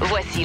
Voici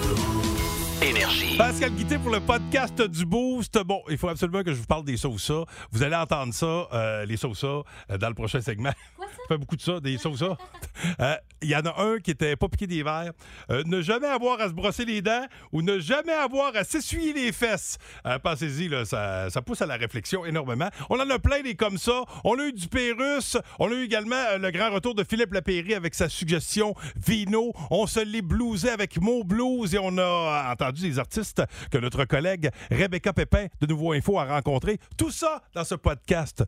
Énergie. Pascal Guité pour le podcast du Boost. Bon, il faut absolument que je vous parle des sauces. Vous allez entendre ça, euh, les sauces, dans le prochain segment. Je fais beaucoup de ça, des sauces. Euh, Il y en a un qui était pas piqué des verres. Euh, ne jamais avoir à se brosser les dents ou ne jamais avoir à s'essuyer les fesses. Euh, Pensez-y, là, ça, ça pousse à la réflexion énormément. On en a plein des comme ça. On a eu du Pérus. On a eu également euh, le grand retour de Philippe Lapéry avec sa suggestion vino. On se les bluesait avec mots blues et on a entendu des artistes que notre collègue Rebecca Pépin de Nouveau Info a rencontré. Tout ça dans ce podcast.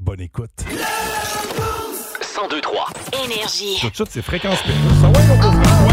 Bonne écoute. 1023. Énergie. Tout de suite, c'est Fréquence Pérus. Ah ouais, mon pauvre François.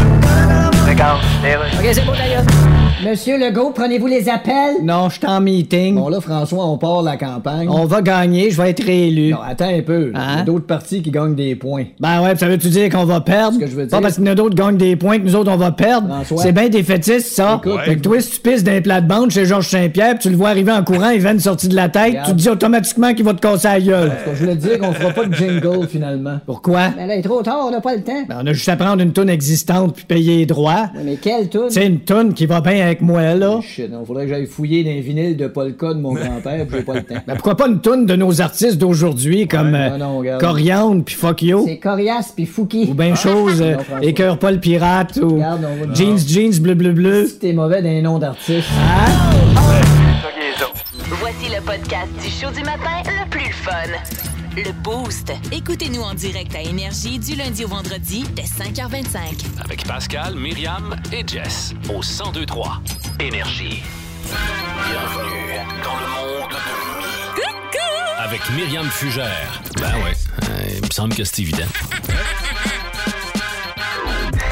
Monsieur Legault, prenez-vous les appels? Non, je suis en meeting. Bon, là, François, on part la campagne. On va gagner, je vais être réélu. Non, attends un peu. là. Hein? Il y a d'autres partis qui gagnent des points. Ben ouais, ça veut-tu dire qu'on va perdre? Ce que je veux Pas dire- parce qu'il y en a d'autres qui gagnent des points que nous autres on va perdre. François. C'est bien défaitiste, ça. Écoute. Fait que toi, si tu pisses dans les plates-bandes chez Georges Saint-Pierre, puis tu le vois arriver en courant, il vient une sortie de la tête, Regarde. tu te dis automatiquement qu'il va te casser la gueule. Parce que je voulais te dire qu'on fera pas de jingle, finalement. Pourquoi? Mais Ben là, il est trop tard, on n'a pas le temps. Ben, on a juste à prendre une toune existante puis payer les droits. Ouais, Mais quelle toune? Oh, C'est une toune qui va bien avec moi, là. Shit, non, faudrait que j'aille fouiller dans les vinyles de Polka de mon grand-père, puis j'ai pas le temps. Ben, pourquoi pas une toune de nos artistes d'aujourd'hui comme non, euh, non, regarde. Coriandre puis Fuck You? C'est Corias puis Fouki. Ah, ou bien chose, euh, Non, François. écœur pas le pirate, ou Regarde, on va- Ah. jeans, jeans, bleu, bleu, bleu. Ah! Si t'es mauvais d'un nom d'artiste. Voici le podcast du show du matin le plus fun. Le Boost. Écoutez-nous en direct à Énergie du lundi au vendredi dès 5h25. Avec Pascal, Myriam et Jess. Au 1023. Énergie. Bienvenue dans le monde de Mi. Avec Myriam Fugère. Ben ouais. euh, il me semble que c'est évident.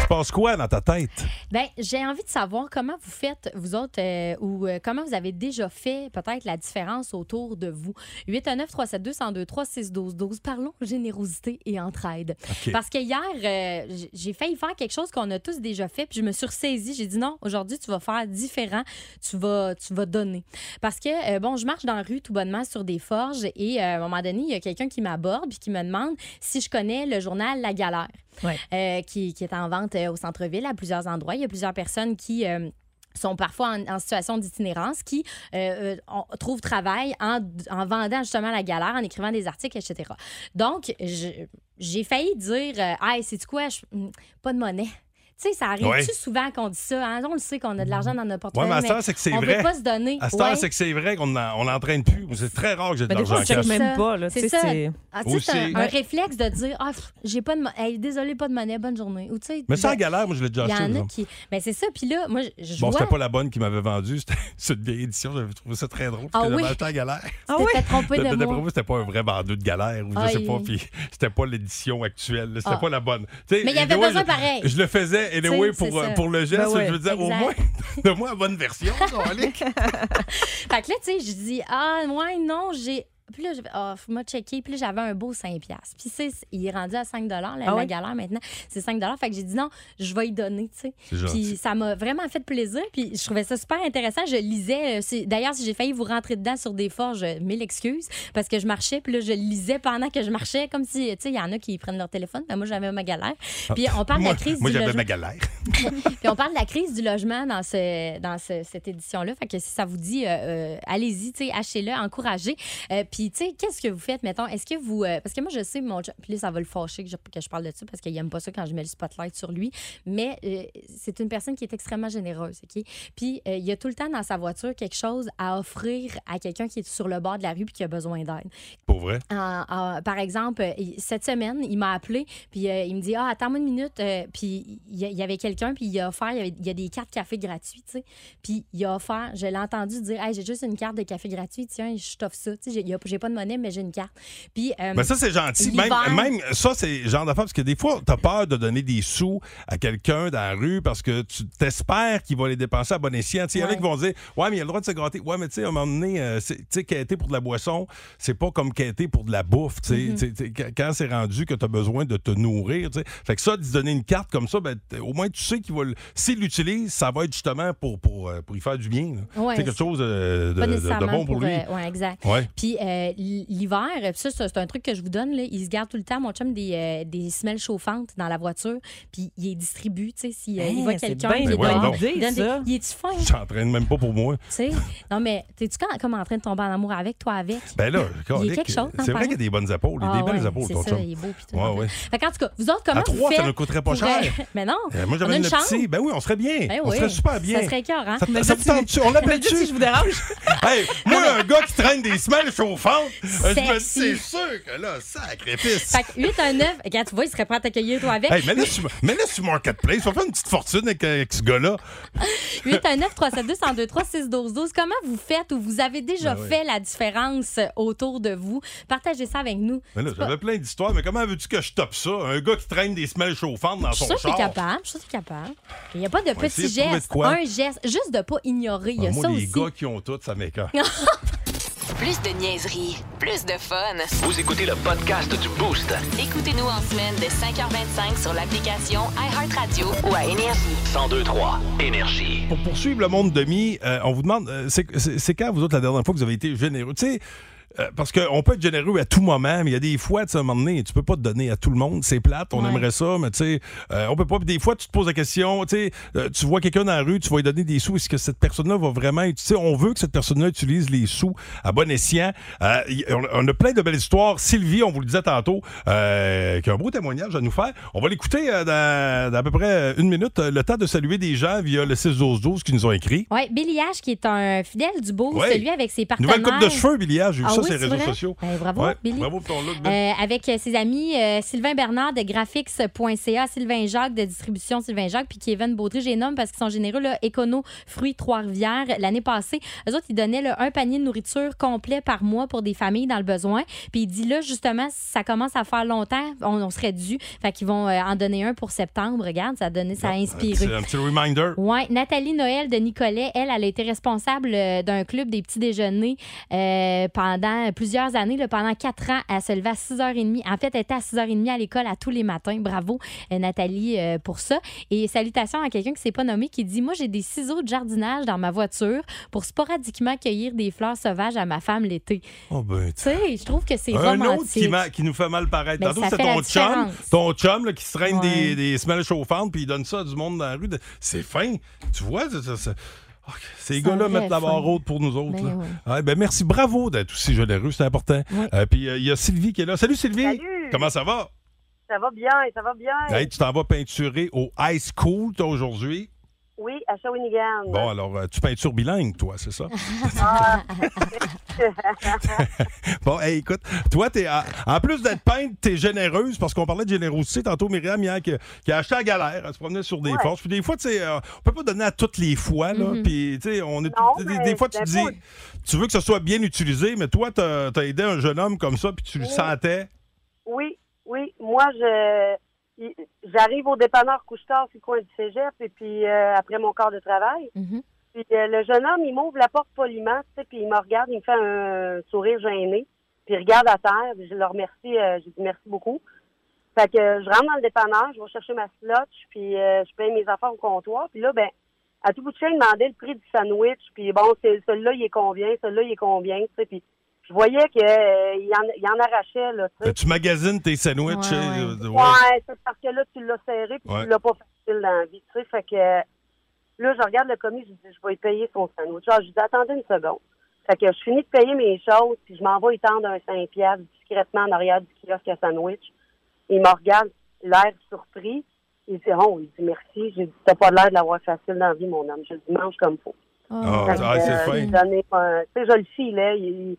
Tu penses quoi dans ta tête? Ben, j'ai envie de savoir comment vous faites, vous autres, euh, ou euh, comment vous avez déjà fait peut-être la différence autour de vous. 819 372 1023 612 12 Parlons générosité et entraide. OK. Parce que hier, euh, j- j'ai failli faire quelque chose qu'on a tous déjà fait, puis je me suis ressaisie. J'ai dit non, aujourd'hui, tu vas faire différent, tu vas, tu vas donner. Parce que, euh, bon, je marche dans la rue tout bonnement sur des forges et euh, à un moment donné, il y a quelqu'un qui m'aborde puis qui me demande si je connais le journal La Galère, Ouais. euh, qui, qui est en vente euh, au centre-ville à plusieurs endroits. Il y a plusieurs personnes qui. euh, sont parfois en, en situation d'itinérance, qui euh, euh, on- trouvent travail en, en vendant justement la galère, en écrivant des articles, etc. Donc, je- j'ai failli dire euh, Hey, c'est quoi Je- hmm, Pas de monnaie. Tu sais, ça arrive-tu Ouais. Mm-hmm. souvent qu'on dit ça? hein? On le sait qu'on a de l'argent dans notre Ouais, portefeuille, mais à mais cette heure, c'est que c'est on vrai. peut pas se donner. À cette heure, Ouais. c'est que c'est vrai qu'on en- on n'entraîne plus. C'est très rare que j'ai de Mais des l'argent fois, en on cash. check cash. même pas. Là, C'est tu sais, ça. c'est- Ah, tu sais, c'est Aussi. un, un réflexe de dire Ah, pff, j'ai pas de monnaie. Hey, désolé, pas de monnaie, bonne journée. Ou tu sais, Mais ça, en de- galère, moi, je l'ai Ben, déjà il y acheté. en par a exemple. qui. Ben, c'est ça. Puis là, moi, je- je Bon, vois. c'était pas la bonne qui m'avait vendu. C'était cette vieille édition. J'avais trouvé ça très drôle. Ah Parce que oui? j'avais acheté en galère. Ah t'étais oui. trompé de D'après moi, moi. c'était pas un vrai vendeur de galère. Ou je sais Aïe. pas. Puis c'était pas l'édition actuelle. là. C'était Ah. pas la bonne. Tu sais, Mais il y avait anyway, besoin je- pareil. Je le faisais, anyway, Tu sais, pour, c'est euh, ça. pour le geste. Ben ouais. Je veux dire, au Exact. moins, donne-moi la bonne version. colique. Fait que là, tu sais, je dis Ah, ouais, non, j'ai. Puis là, je vais, ah, faut m'a checké. Puis là, j'avais un beau 5$. Puis, c'est, il est rendu à 5$, la, la ouais? galère maintenant. C'est 5$. Fait que j'ai dit non, je vais y donner, tu sais. C'est gentil. Puis ça m'a vraiment fait plaisir. Puis je trouvais ça super intéressant. Je lisais. euh, c'est- D'ailleurs, si j'ai failli vous rentrer dedans sur des forges, euh, mille excuses, parce que je marchais. Puis là, je lisais pendant que je marchais, comme si, tu sais, il y en a qui prennent leur téléphone. Mais moi, j'avais ma galère. Puis on parle de Ah. Moi, la crise moi du j'avais logement. ma galère. Puis on parle de la crise du logement dans, ce, dans ce- cette édition-là. Fait que si ça vous dit, euh, euh, allez-y, tu sais, achetez-le, encouragez. Euh, puis, tu sais, qu'est-ce que vous faites, mettons? Est-ce que vous. euh, parce que moi, je sais, mon chum- Puis là, ça va le fâcher que je, que je parle de ça parce qu'il aime pas ça quand je mets le spotlight sur lui. Mais euh, c'est une personne qui est extrêmement généreuse, OK? Puis, euh, il y a tout le temps dans sa voiture quelque chose à offrir à quelqu'un qui est sur le bord de la rue puis qui a besoin d'aide. Pour vrai. En- en- par exemple, euh, il- cette semaine, il m'a appelé, puis euh, il me dit Ah, attends-moi une minute. Euh, puis il y, a- il y avait quelqu'un, puis il a offert, il y, avait- il y a des cartes café gratuites, tu sais. Puis il a offert, je l'ai entendu dire Hey, j'ai juste une carte de café gratuit, tiens, je t'offre ça. Tu sais, j'ai- il a- j'ai pas de monnaie, mais j'ai une carte. Puis, euh, Mais Ben, ça, c'est gentil. Même, l'hiver- même ça, c'est le genre d'affaire, parce que des fois, t'as peur de donner des sous à quelqu'un dans la rue parce que tu t'espères qu'il va les dépenser à bon escient. Tu sais, Il y en a Ouais. qui vont dire Ouais, mais il a le droit de se gratter. Ouais, mais tu sais, à un moment donné, euh, c'est- tu sais, quêter pour de la boisson, c'est pas comme quêter pour de la bouffe. tu sais. Mm-hmm. Tu sais, tu sais, quand- Quand c'est rendu que t'as besoin de te nourrir, tu sais. Fait que ça, de se donner une carte comme ça, ben, t- au moins, tu sais qu'il va. le- S'il l'utilise, ça va être justement pour, pour, euh, pour y faire du bien. là. Ouais, c'est quelque c'est- chose euh, de, pas de- de nécessairement bon pour lui. euh, ouais, exact. Ouais. Puis euh, l- l'hiver, euh, puis ça, c'est c'est un truc que je vous donne. Là, il se garde tout le temps, mon chum, des, euh, des semelles chauffantes dans la voiture. Puis il les distribue, tu sais, s'il euh, il Hey, voit Eh, c'est quelqu'un. bien puis une il bonne dort, idée, il donne des- ça. Il est-tu fin, Je tu t'entraîne même pas pour moi. sais? Non, mais t'es-tu quand- comme en train de tomber en amour avec, toi, avec? Ben là, Il y colique, a quelque chose, c'est hein, vrai qu'il y a des bonnes épaules, il y a Ah des belles ouais, épaules, c'est ton ça, chum. il est beau, puis tout. Ouais, ouais. Fait qu'en tout cas, vous autres, comment À trois, vous ça faites ne coûterait pas pour, cher. euh, Mais non, Euh, moi, on a j'avais une le chance. petit. Ben oui, on serait bien. Ben on oui, serait super bien. Ça serait hein? écœurant. Ça, te- ça vous tente-tu? On l'appelle Dis tu si je vous dérange. Hey, moi, un gars qui traîne des semelles chauffantes, euh, je me dis, c'est Sexy. sûr que là, sacrifice. Fait que 8 à 9, regarde, tu vois, il serait prêt à t'accueillir, toi, avec. Hey, mets-le sur, mets-le sur Marketplace. On va faire une petite fortune avec, euh, avec ce gars-là. 819 372 1023 612 12 Comment vous faites ou vous avez déjà Ben oui. fait la différence euh, autour de vous? Partagez ça avec nous. Mais là, C'est pas- j'avais plein d'histoires, mais comment veux-tu que je toppe ça? Un gars qui traîne des semelles chauffantes dans Je suis son sûre que t'es char. capable. Je suis sûre que t'es capable. Il n'y a pas de essayer petit de trouver de geste. quoi. Un geste. Juste de pas ignorer. Il y a Ah, moi, ça les aussi. gars qui ont tout, ça m'écoeure. Plus de niaiserie, plus de fun. Vous écoutez le podcast du Boost. Écoutez-nous en semaine de 5h25 sur l'application iHeartRadio ou à Énergie. 1023 Énergie. Pour poursuivre le monde de mi, euh, on vous demande, euh, c'est- c'est c'est quand vous autres la dernière fois que vous avez été généreux? Tu sais, euh, parce qu'on peut être généreux à tout moment, mais il y a des fois, tu sais, à un moment donné, tu peux pas te donner à tout le monde, c'est plate, on Ouais. aimerait ça, mais tu sais, euh, on peut pas. Puis Des fois, tu te poses la question, tu sais, euh, tu vois quelqu'un dans la rue, tu vas lui donner des sous, est-ce que cette personne-là va vraiment, tu sais, on veut que cette personne-là utilise les sous à bon escient. Euh, y- on, on a plein de belles histoires. Sylvie, on vous le disait tantôt, euh, qui a un beau témoignage à nous faire. On va l'écouter euh, dans, dans à peu près une minute, euh, le temps de saluer des gens via le 6-12-12 qui nous ont écrit. Ouais, Billy H, qui est un fidèle du beau, Ouais. celui avec ses partenaires. Nouvelle coupe de cheveux, Billy H, j'ai vu Ah ça oui, sur les c'est réseaux vrai? sociaux. Ben, bravo, Ouais, Billy. Bravo pour ton look, Billy. Euh, avec euh, ses amis euh, Sylvain Bernard de graphics.ca, Sylvain Jacques de distribution Sylvain Jacques, puis Kevin Baudry, j'ai nomme parce qu'ils sont généreux, là, Écono, Fruits, Trois-Rivières. L'année passée, eux autres, ils donnaient là, un panier de nourriture complet par mois pour des familles dans le besoin. Puis il dit là, justement, ça commence à faire longtemps, on, on serait dû. Fait qu'ils vont euh, en donner un pour septembre. Regarde, ça a donné, ça a inspiré. Ah, C'est un petit reminder. Oui, Nathalie Noël de Nicolet, elle, elle a été responsable euh, d'un club des petits déjeuners euh, pendant plusieurs années, là, pendant quatre ans. Elle se levait à 6h30. En fait, elle était à 6h30 à l'école à tous les matins. Bravo, euh, Nathalie, euh, pour ça. Et salutations à quelqu'un qui s'est pas nommé qui dit Moi, j'ai des ciseaux de jardinage dans ma voiture pour sporadiquement cueillir des fleurs sauvages à ma femme l'été. Oh, ben, Tu sais, je trouve que c'est Un romantique. autre qui, m'a- qui nous fait mal paraître. Mais Tantôt, ça c'était fait la ton chum, différence. ton chum là, qui se traîne Ouais. des, des semelles chauffantes puis il donne ça à du monde dans la rue. de- C'est fin. Tu vois, ça- ça- ça- Ah, ces C'est gars-là un mettent vrai la barre fin. haute pour nous autres. Ben là. ouais. Ah, ben, merci. Bravo d'être aussi généreux. C'est important. Ouais. Euh, puis euh, il y a Sylvie qui est là. Salut Sylvie. Salut. Comment ça va? Ça va bien, ça va bien. Hey, tu t'en vas peinturer au High School, toi, aujourd'hui. Oui, à Shawinigan. Ah. Bon, alors, euh, tu peintures bilingue, toi, c'est ça? Bon, hey, écoute, toi, t'es, en- en plus d'être peintre, t'es généreuse parce qu'on parlait de générosité tantôt, Myriam, hier, qui, qui a acheté à galère, elle se promenait sur des Ouais. Mhm. forces. Puis des fois, tu sais, euh, on peut pas donner à toutes les fois, là. Puis, tu sais, on est. Non, des, mais ben, des fois, tu c'est dis, beau. tu veux que ce soit bien utilisé, mais toi, t'as, t'as aidé un jeune homme comme ça, puis tu le Oui. sentais. Oui, oui. Moi, je il- j'arrive au dépanneur Couche-Tard sur le coin du cégep et puis euh, après mon corps de travail. Mhm. Puis euh, le jeune homme, il m'ouvre la porte poliment, tu sais, puis il me regarde, il me fait un sourire gêné. Puis il regarde à terre, puis je le remercie, euh, je lui dis merci beaucoup. Fait que euh, je rentre dans le dépanneur, je vais chercher ma slotch, puis euh, je paye mes affaires au comptoir. Puis là, ben, à tout bout de chaîne, il demandait le prix du sandwich. Puis bon, c'est- celui-là, il est combien, celui-là, il est combien, tu sais. Puis je voyais qu'il en, il en arrachait, là, tu sais. Ben, tu magasines tes sandwichs. Ouais, euh, ouais. Ouais, c'est parce que là, tu l'as serré puis Ouais. tu l'as pas facile dans la vie. Tu sais, fait que euh, là, je regarde le commis, je dis, je vais lui payer son sandwich. Genre, je lui dis, attendez une seconde. Fait que je finis de payer mes choses, puis je m'en vais étendre un 5 piastres discrètement en arrière du kiosque à sandwich. Il me regarde, l'air surpris. Il dit, oh, il dit merci. J'ai dit, t'as pas l'air de l'avoir facile dans la vie, mon homme. Je dis, mange comme faut. Oh. Ah, Fait que, ah, c'est euh, fin. hein. il donnait, euh, Tu sais, je le filais. Il,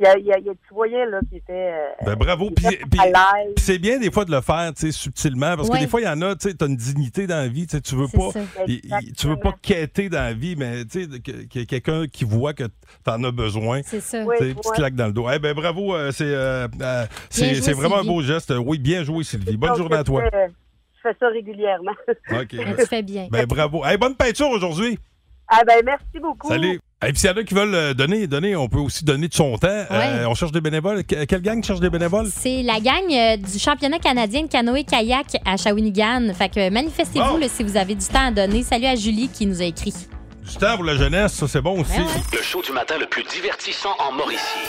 Il y a, il y a- il y a- tu voyais, là, qui était. euh, Ben, bravo. il Puis, était puis- à l'aise. puis c'est bien des fois de le faire tu sais, subtilement parce que Ouais. des fois, il y en a, tu sais, t'as une dignité dans la vie. tu sais, Tu veux C'est pas, ça. il- il- tu veux pas quêter dans la vie, mais tu sais, que- qu'il y ait quelqu'un qui voit que t'en as besoin. C'est ça. Tu sais, Oui, Petite ouais. claque dans le dos. Eh ben, bravo. euh, c'est euh, euh, c'est- joué, c'est vraiment Sylvie. un beau geste. Oui, bien joué, Sylvie. Bonne Donc, journée à toi. euh, Je fais, je fais ça régulièrement. Ok. Tu fais bien. Ben, bravo. Eh, bonne peinture aujourd'hui. Ah ben merci beaucoup. Salut. Et puis, s'il y en a qui veulent euh, donner, donner, on peut aussi donner de son temps. Euh, on cherche des bénévoles. Que- Quelle gang cherche des bénévoles? C'est la gang euh, du championnat canadien de canoë-kayak à Shawinigan. Fait que euh, manifestez-vous là, si vous avez du temps à donner. Salut à Julie qui nous a écrit. Du temps pour la jeunesse, ça, c'est bon Ben aussi. Le show du matin le plus divertissant en Mauricie.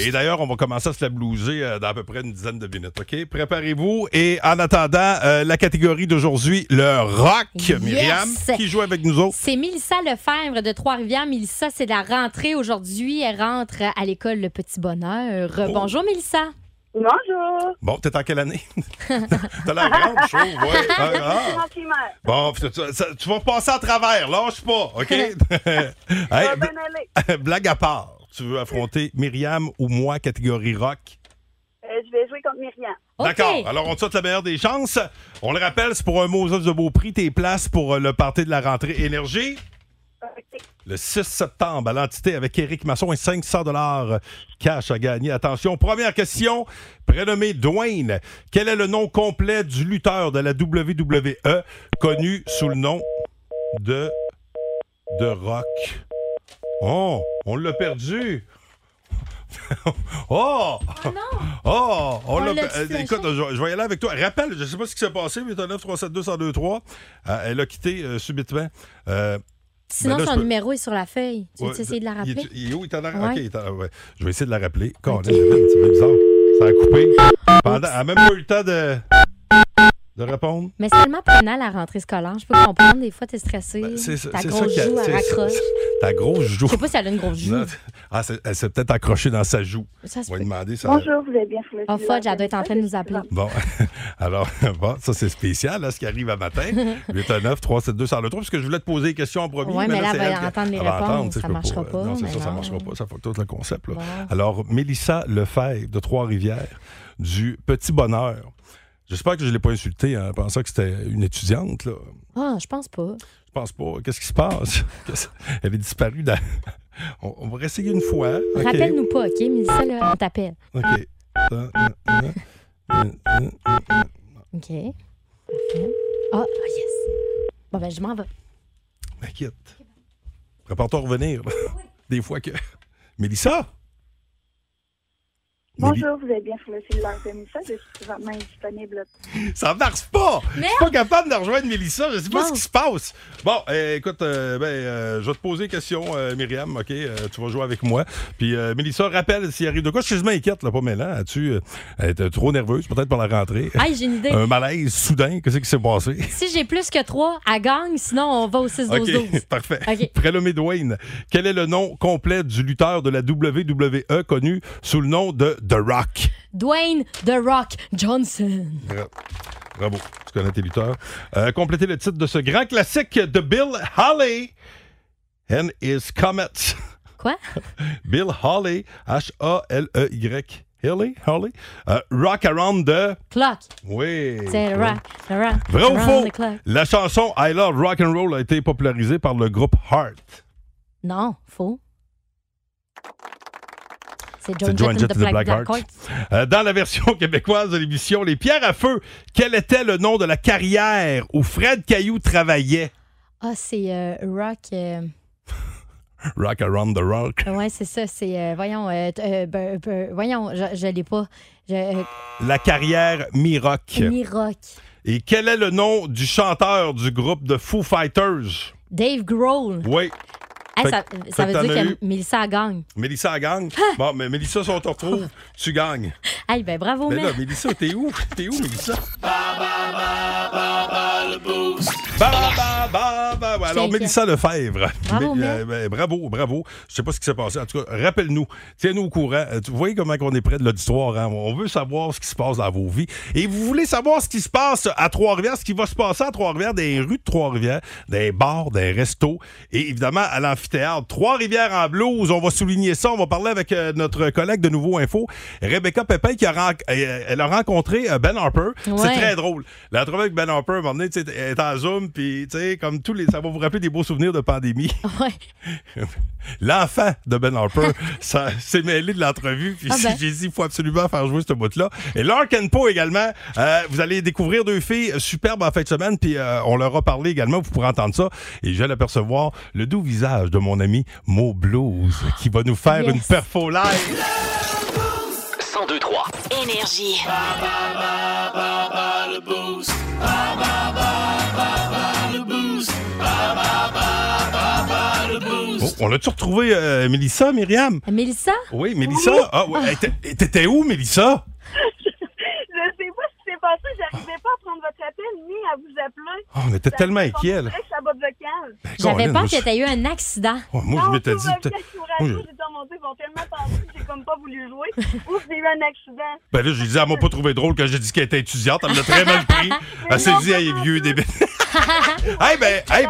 Et d'ailleurs, on va commencer à se la blouser euh, dans à peu près une dizaine de minutes, OK? Préparez-vous. Et en attendant, euh, la catégorie d'aujourd'hui, le rock, Yes! Myriam, qui joue avec nous autres. C'est Mélissa Lefebvre de Trois-Rivières. Mélissa, c'est la rentrée aujourd'hui. Elle rentre à l'école Le Petit Bonheur. Oh. Bonjour, Mélissa. Bonjour. Bon, t'es en quelle année? T'as la grande, je trouve, ouais. Ah, ah. C'est mon primaire. Bon, pis tu, ça- tu vas passer à travers, lâche pas, OK? Hey, bien aller. bl- blague à part, tu veux affronter Myriam ou moi, catégorie rock? Euh, je vais jouer contre Myriam. Oh. D'accord. Alors, on te souhaite la meilleure des chances. On le rappelle, c'est pour un Moses de beau prix, tes places pour euh, le party de la rentrée énergie. Le 6 septembre, à l'entité avec Éric Masson et 500 dollars cash à gagner. Attention, première question. Prénommé Dwayne, quel est le nom complet du lutteur de la WWE connu sous le nom de de Rock? Oh, on l'a perdu. oh! Ah Oh, on, On l'a- l'a euh, tué, écoute, je, je vais y aller avec toi. Rappelle, je sais pas ce qui s'est passé, 819 372 1023 Elle a quitté euh, subitement. Euh, Sinon, ben là, je son peux- numéro est sur la feuille. Tu Ouais, veux essayer de la il est- rappeler? il est où? Il est en arrière? Ouais. Ok, il est en- ouais. Je vais essayer de la rappeler. Colin, C'est bien bizarre. Ça a coupé. Pendant, elle a même pas eu le temps de, de répondre. Mais c'est tellement prenant la rentrée scolaire. Je peux comprendre, des fois, t'es stressé. Ben, C'est ça- Ta c'est ça grosse qui a- joue, elle c'est- raccroche. c'est- Ta grosse joue. Je sais pas si elle a une grosse joue. Non, ah, c'est- elle s'est peut-être accrochée dans sa joue. Ça se On va lui demander ça. vous êtes bien sur le Oh, fudge, elle doit être en train de nous appeler. Bon, alors, bon, ça c'est spécial, hein, ce qui arrive à matin. 819 372 103 parce que je voulais te poser des questions en premier. Ouais, mais là, c'est elle va qui- entendre les elle va réponses, entendre, tu ça sais, je peux marchera pas, Non, c'est mais ça, ça non. marchera pas. Ça fait tout le concept. là. Bon. Alors, Mélissa Lefebvre de Trois-Rivières, du Petit Bonheur. J'espère que je ne l'ai pas insultée en pensant que c'était une étudiante. Là. Ah, je pense pas. Je pense pas. Qu'est-ce qui se passe? Qu'est-ce- Elle est disparue dans. On, on va réessayer une fois. hein. OK. Rappelle-nous pas, OK? Mélissa, là, on t'appelle. OK. Attends, attends, attends, attends, attends. OK. Parfait. Ah, ah, yes. Bon, ben, je m'en vais. T'inquiète. Prépare-toi à revenir. Des fois que. Mélissa? Bonjour, vous êtes bien sur le cellulaire de Mélissa. Je suis présentement disponible. Ça marche pas! Je suis pas capable de rejoindre Mélissa. Je sais pas ce qui se passe. Bon, euh, écoute, euh, ben, euh, je vais te poser une question, euh, Myriam. OK, Euh, tu vas jouer avec moi. Puis, euh, Mélissa, rappelle s'il arrive de quoi. Je, je m'inquiète, là, pas mêlant. As-tu euh, été trop nerveuse, peut-être pour la rentrée? Aïe, j'ai une idée. Un malaise soudain. Qu'est-ce qui s'est passé? Si j'ai plus que 3, à gagne. Sinon, on va au 6-12-12. OK, parfait. OK. Prénommé Dwayne, quel est le nom complet du lutteur de la WWE connu sous le nom de The Rock? Dwayne The Rock Johnson. Bra- Bravo, tu connais tes lutteurs. Euh, complétez le titre de ce grand classique de Bill Haley and his Comets. Quoi? Bill Haley, H-A-L-E-Y. E Haley, Haley. Euh, rock Around the... Clock. Oui. C'est le rock, le rock. Vrai ou around faux? the clock. La chanson I Love Rock and Roll a été popularisée par le groupe Heart. Non, faux. C'est C'est John, Joan Jett Jett and the Black, Blackheart. Blackheart. Euh, dans la version québécoise de l'émission Les Pierres à Feu, quel était le nom de la carrière où Fred Caillou travaillait? Ah, c'est euh, Rock. euh, Rock Around the Rock. ouais, c'est ça. C'est. euh, voyons. euh, t- euh, ben, ben, voyons, je, je l'ai pas. Je, euh, La carrière Mi-Rock. Mi-Rock. Et quel est le nom du chanteur du groupe de Foo Fighters? Dave Grohl. Oui. Hey, Ah, Fait ça que- ça veut fait que t'en as dire eu. que Ah! Mélissa gagne. Mélissa gagne. Bon, mais Mélissa, si on te retrouve, tu gagnes. Hey, ben bravo, Mais mais. là, Mélissa, t'es où? T'es où, Mélissa? Ba, ba, bah, bah, bah. Alors, inquiet. Mélissa Lefebvre. Bravo, Mais, euh, ben, bravo, bravo. Je sais pas ce qui s'est passé. En tout cas, rappelle-nous. Tiens-nous au courant. Euh, Vous voyez comment on est près de l'auditoire. hein? On veut savoir ce qui se passe dans vos vies. Et vous voulez savoir ce qui se passe à Trois-Rivières, ce qui va se passer à Trois-Rivières, des rues de Trois-Rivières, des bars, des restos et évidemment à l'amphithéâtre. Trois-Rivières en blues. On va souligner ça. On va parler avec euh, notre collègue de Nouveau Info, Rebecca Pépin, qui a, ren- euh, elle a rencontré euh, Ben Harper. C'est Ouais. très drôle drôle. La trouvé avec Ben Harper, à un moment donné, tu sais, elle est en Zoom, puis tu sais, comme tous les. Ça va vous rappeler des beaux souvenirs de pandémie. L'enfant de Ben Harper ça s'est mêlé de l'entrevue, puis Ah ben. j'ai dit, il faut absolument faire jouer ce bout-là. Et Lark and Poe également, euh, vous allez découvrir deux filles superbes en fin de semaine, puis euh, on leur a parlé également, vous pourrez entendre ça. Et je vais l'apercevoir, le doux visage de mon ami Mo Blues, qui va nous faire Yes. une perfo live. 1023 Énergie. Oh, on l'a-tu retrouvé, euh, Mélissa, Myriam? Mélissa? Oui, Mélissa. Ah, ouais. Hey, t'es- T'étais où, Mélissa? Je sais pas ce qui s'est passé, j'arrivais pas à prendre votre appel ni à vous appeler. Oh, on était Ça- tellement on inquiets, là. dirait que ça bat de vocale. J'avais Ben, Colin, peur moi, que t'aies eu un accident. Ouais, Oh, moi, je Non, m'étais tout dit. va peut-être- bien, je suis au Moi, radio, je- j'ai dit à mon Dieu, ils vont tellement penser que j'ai comme pas voulu jouer. Ou j'ai eu un accident. Ben là, j'ai dit, elle m'a pas trouvé drôle quand j'ai dit qu'elle était étudiante. Elle me l'a très mal pris. Elle s'est dit, Ah, elle est vieux, débile. hey, ben, hey,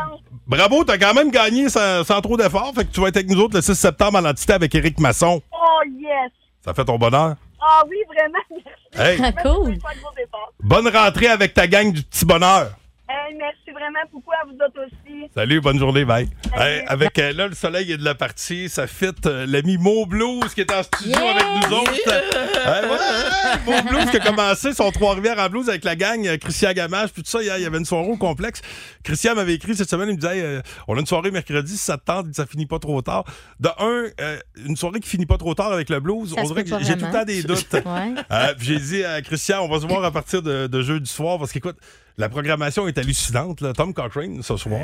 bravo, t'as quand même gagné sans, sans trop d'efforts. Fait que tu vas être avec nous autres le 6 septembre à l'entité avec Éric Masson. Oh yes! Ça fait ton bonheur. Ah oui, vraiment, merci. Hey. Merci pour Cool. les fois de vos efforts. Bonne rentrée avec ta gang du petit bonheur. Hey, merci vraiment beaucoup à vous autres aussi. Salut, bonne journée, bye. Hey, avec euh, là, le soleil est de la partie, ça fit euh, l'ami Mo Blues qui est en studio Yeah! avec nous autres. Yeah! Hey, ouais, Mo Blues qui a commencé son Trois-Rivières en blues avec la gang, euh, Christian Gamache, puis tout ça. Hier, il y avait une soirée au complexe. Christian m'avait écrit cette semaine, il me disait hey, euh, On a une soirée mercredi, si ça te tente, ça finit pas trop tard. De un, euh, une soirée qui finit pas trop tard avec le blues, Ça on se dirait que peut pas j'ai tout le vraiment. temps des doutes. Ouais. Euh, puis j'ai dit à Christian, on va se voir à partir de, de jeudi soir parce qu'écoute, la programmation est hallucinante. là. Tom Cochrane ce soir.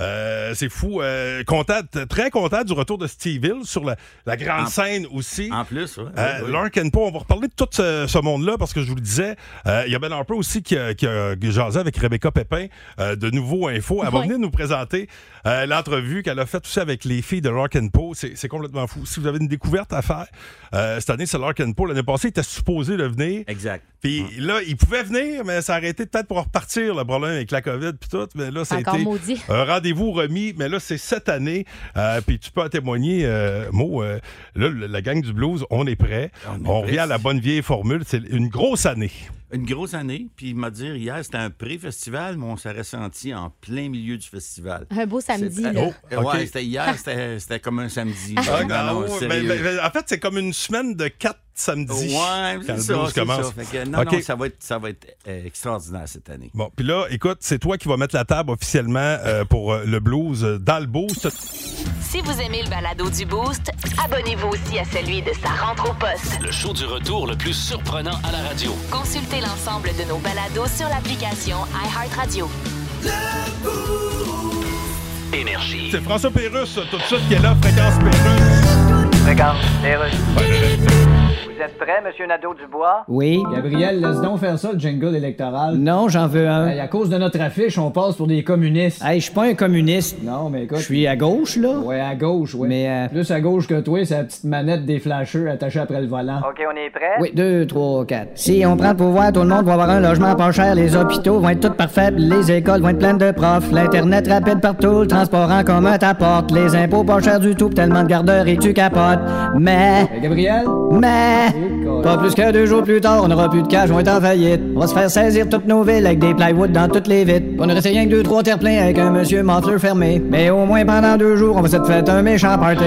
Euh, c'est fou. Euh, content, t- très content du retour de Steve Hill sur la, la grande En- scène aussi. En plus, ouais. Euh, ouais. Lark and Poe, on va reparler de tout ce, ce monde-là parce que je vous le disais, euh, il y a Ben Harper aussi qui a, qui a jasé avec Rebecca Pépin euh, de Nouveau Info. Elle va Ouais. venir nous présenter euh, l'entrevue qu'elle a faite aussi avec les filles de Lark and Poe. C'est c'est complètement fou. Si vous avez une découverte à faire, euh, cette année, c'est Lark and Poe. L'année passée, il était supposé le venir. Exact. Puis là, il pouvait venir, mais ça a arrêté peut-être pour repartir le problème avec la COVID puis tout. Mais là, ça a Encore été maudit. un rendez-vous remis, mais là, c'est cette année. Euh, Puis tu peux en témoigner, euh, Mo, euh, là, le- la gang du blues, on est prêt. On, revient à la bonne vieille formule. C'est une grosse année. Une grosse année, puis il m'a dit hier, c'était un pré-festival, mais on s'est ressenti en plein milieu du festival. Un beau samedi, C'était- là. Euh, Oh, ok. Ouais, c'était hier, c'était c'était comme un samedi. Ah, Non, non, ouais, sérieux. ben, ben, ben, en fait, c'est comme une semaine de quatre samedis. Ouais, quand c'est ben, le ça, blues c'est commence. ça. Fait que, non, OK. non, ça va être, ça va être euh, extraordinaire cette année. Bon, puis là, écoute, c'est toi qui vas mettre la table officiellement euh, pour euh, le blues euh, dans le boost. Si vous aimez le balado du Boost, abonnez-vous aussi à celui de sa rentre au poste. Le show du retour le plus surprenant à la radio. Consultez l'ensemble de nos balados sur l'application iHeartRadio. Énergie. C'est François Pérusse, tout de suite, qui est là, Fréquence Pérusse. Regarde, les rues. Vous êtes prêt, Monsieur Nadeau-Dubois? Oui. Gabriel, laisse donc faire ça, le jingle électoral. Non, j'en veux un. Hey, à cause de notre affiche, on passe pour des communistes. Hey, je suis pas un communiste. Non, mais écoute. Je suis à gauche, là. Ouais, à gauche, ouais. Mais, euh, Plus à gauche que toi, c'est la petite manette des flasheurs attachée après le volant. OK, on est prêt? Oui, deux, trois, quatre. Si on prend le pouvoir, tout le monde va avoir un logement pas cher, les hôpitaux vont être toutes parfaits, les écoles vont être pleines de profs, l'internet rapide partout, le transport en commun t'apporte, les impôts pas chers du tout, pis tellement de gardeurs et tu capotes. Mais... Gabriel? Mais... Pas plus que deux jours plus tard, on n'aura plus de cash, on va être en faillite. On va se faire saisir toutes nos villes avec des plywood dans toutes les vitres. On ne restait rien que deux, trois terre-pleins avec un monsieur Mantler fermé. Mais au moins pendant deux jours, on va se faire un méchant party.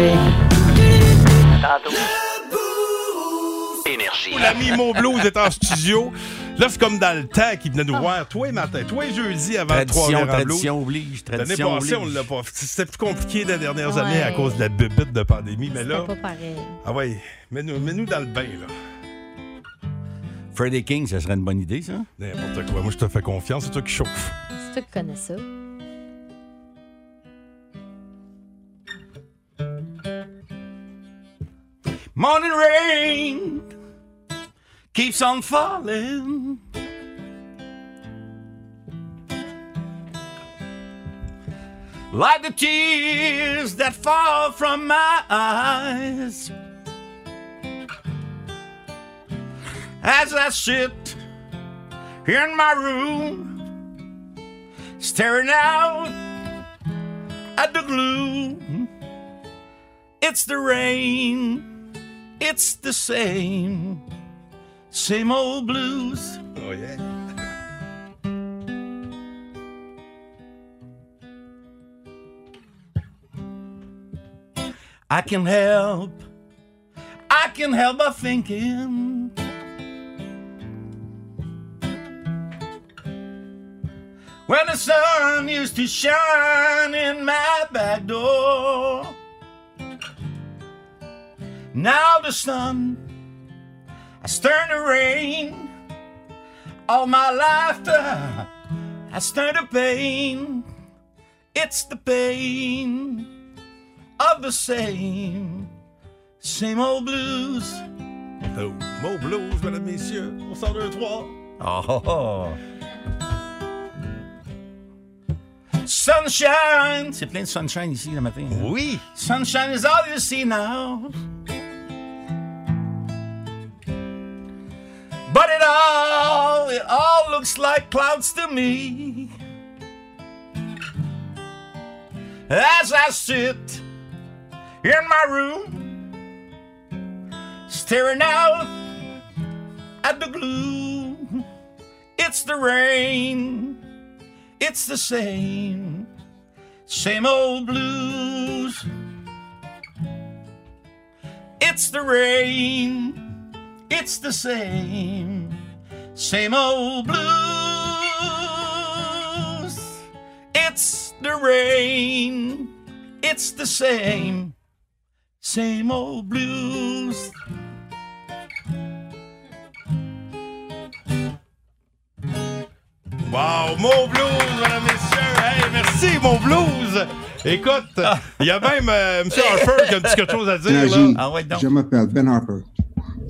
Énergie. L'ami Mo Blues est en studio. Là, c'est comme dans le temps qu'il venait nous voir, toi et matin, toi et jeudi avant Tradition, 3 tradition oblige, L'année tradition passée, on oblige. l'a pas fait. C'était plus compliqué les dernières Ouais. années à cause de la bubite de pandémie, mais là. Pas pareil. Ah ouais, mets-nous mets-nous dans le bain, là. Friday King, ça serait une bonne idée, ça? N'importe quoi. Moi, je te fais confiance, c'est toi qui chauffe. C'est toi qui connais ça. Morning rain keeps on falling. Like the tears that fall from my eyes. As I sit here in my room, staring out at the gloom. It's the rain, it's the same, same old blues. Oh, yeah. I can help, I can help by thinking. When the sun used to shine in my back door, now the sun has turned to rain. All my laughter has turned to pain. It's the pain of the same, same old blues. Oh, old blues, mesdames, messieurs, on sort de trois. Oh, oh, Sunshine! C'est plein de sunshine ici le matin. Oui! Sunshine is all you see now. But it all, it all looks like clouds to me. As I sit in my room, staring out at the gloom. It's the rain, it's the same, same old blues. It's the rain, it's the same, same old blues. It's the rain, it's the same, same old blues. Wow, mon blues, mesdames, messieurs. Hey, merci, mon blues. Écoute, il y a même euh, M. Harper qui a un petit quelque chose à dire. Naji, Là. Ah Ah je m'appelle Ben Harper.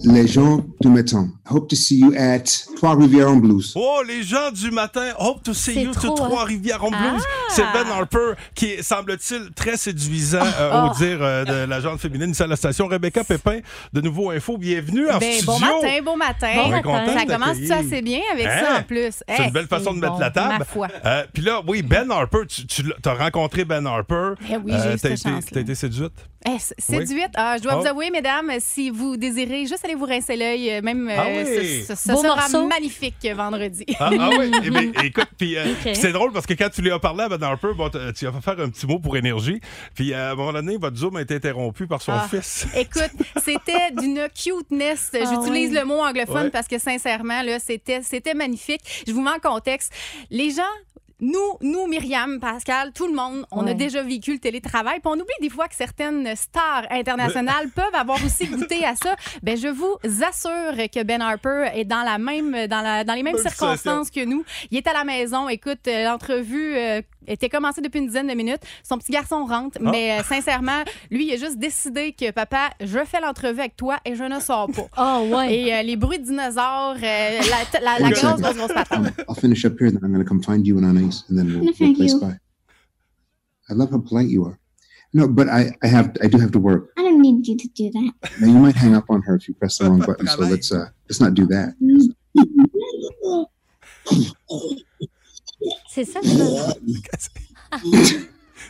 Les gens du matin. Hope to see you at Trois-Rivières en blues. Oh, les gens du matin, Oh, hope to see you to trop, hein? Trois-Rivières en blues. Ah. C'est Ben Harper qui est, semble-t-il, très séduisant, euh, Ah. au dire euh, de la gente féminine ici à la station. Rebecca Pépin, de Nouveau Info, bienvenue en Ben, studio. bon matin, bon matin. On est content ça de commence t'accueillir. assez bien avec Hein? ça en plus. C'est Hey, une belle façon de mettre bon, la ma table. foi. Euh, Puis là, oui, Ben Harper, tu, tu l'as- t'as rencontré Ben Harper. Eh oui, j'ai eu t'as cette été- chance-là. T'as été séduite? Hey, c- séduite. Ah, je dois Oh. vous avouer, mesdames, si vous désirez juste aller vous rincer l'œil, euh, même Ah euh, oui. ce, ce- ce Beau sera morceau. magnifique euh, vendredi. Ah, ah oui, Eh bien, écoute, puis euh, Ok. puis c'est drôle parce que quand tu lui as parlé à Ben Harper, bon, t- tu as fait faire un petit mot pour énergie. Puis euh, à un moment donné, votre Zoom a été interrompu par son Ah, fils. Écoute, c'était d'une cuteness. J'utilise Ah oui. le mot anglophone Ouais. parce que sincèrement, là, c'était, c'était magnifique. Je vous mets en contexte. Les gens. Nous, nous, Myriam, Pascal, tout le monde, on a Ouais. déjà vécu le télétravail. Puis on oublie des fois que certaines stars internationales peuvent avoir aussi goûté à ça. Ben, je vous assure que Ben Harper est dans la même, dans, la, dans les mêmes Même circonstances que nous. Il est à la maison. Écoute, euh, l'entrevue euh, était commencée depuis une dizaine de minutes. Son petit garçon rentre, Ah. mais euh, sincèrement, lui, il a juste décidé que papa, je fais l'entrevue avec toi et je ne sors pas. ouais. Et euh, les bruits de dinosaures, euh, la, la, Wait la a grosse, second. grosse, grosse patente. I'll finish up here and then I'm going to come find you in on ice and then we'll, No, we'll thank play you. spy. I love how polite you are. No, but I, I have I do have to work. I don't need you to do that. Now you might hang up on her if you press the wrong button. So let's uh, let's not do that. C'est ça, je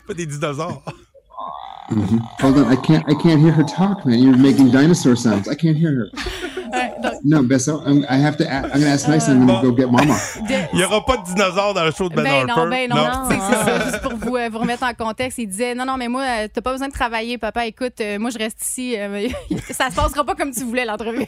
Pas des dinosaures. Mm-hmm. Mhm. Hold on, I can't I can't hear her talk, man. You're making dinosaur sounds. I can't hear her. No, Bessel, I'm, I have to. a- I'm going to ask nice and I'm going to go get Mama. Il n'y aura pas de dinosaures dans le show de Ben, Ben Harper. non, ben non. Tu sais, C'est ça, juste pour vous, euh, vous remettre en contexte. Il disait Non, non, mais moi, euh, t'as pas besoin de travailler, papa. Écoute, euh, moi, je reste ici. euh, ça se passera pas comme tu voulais, l'entrevue.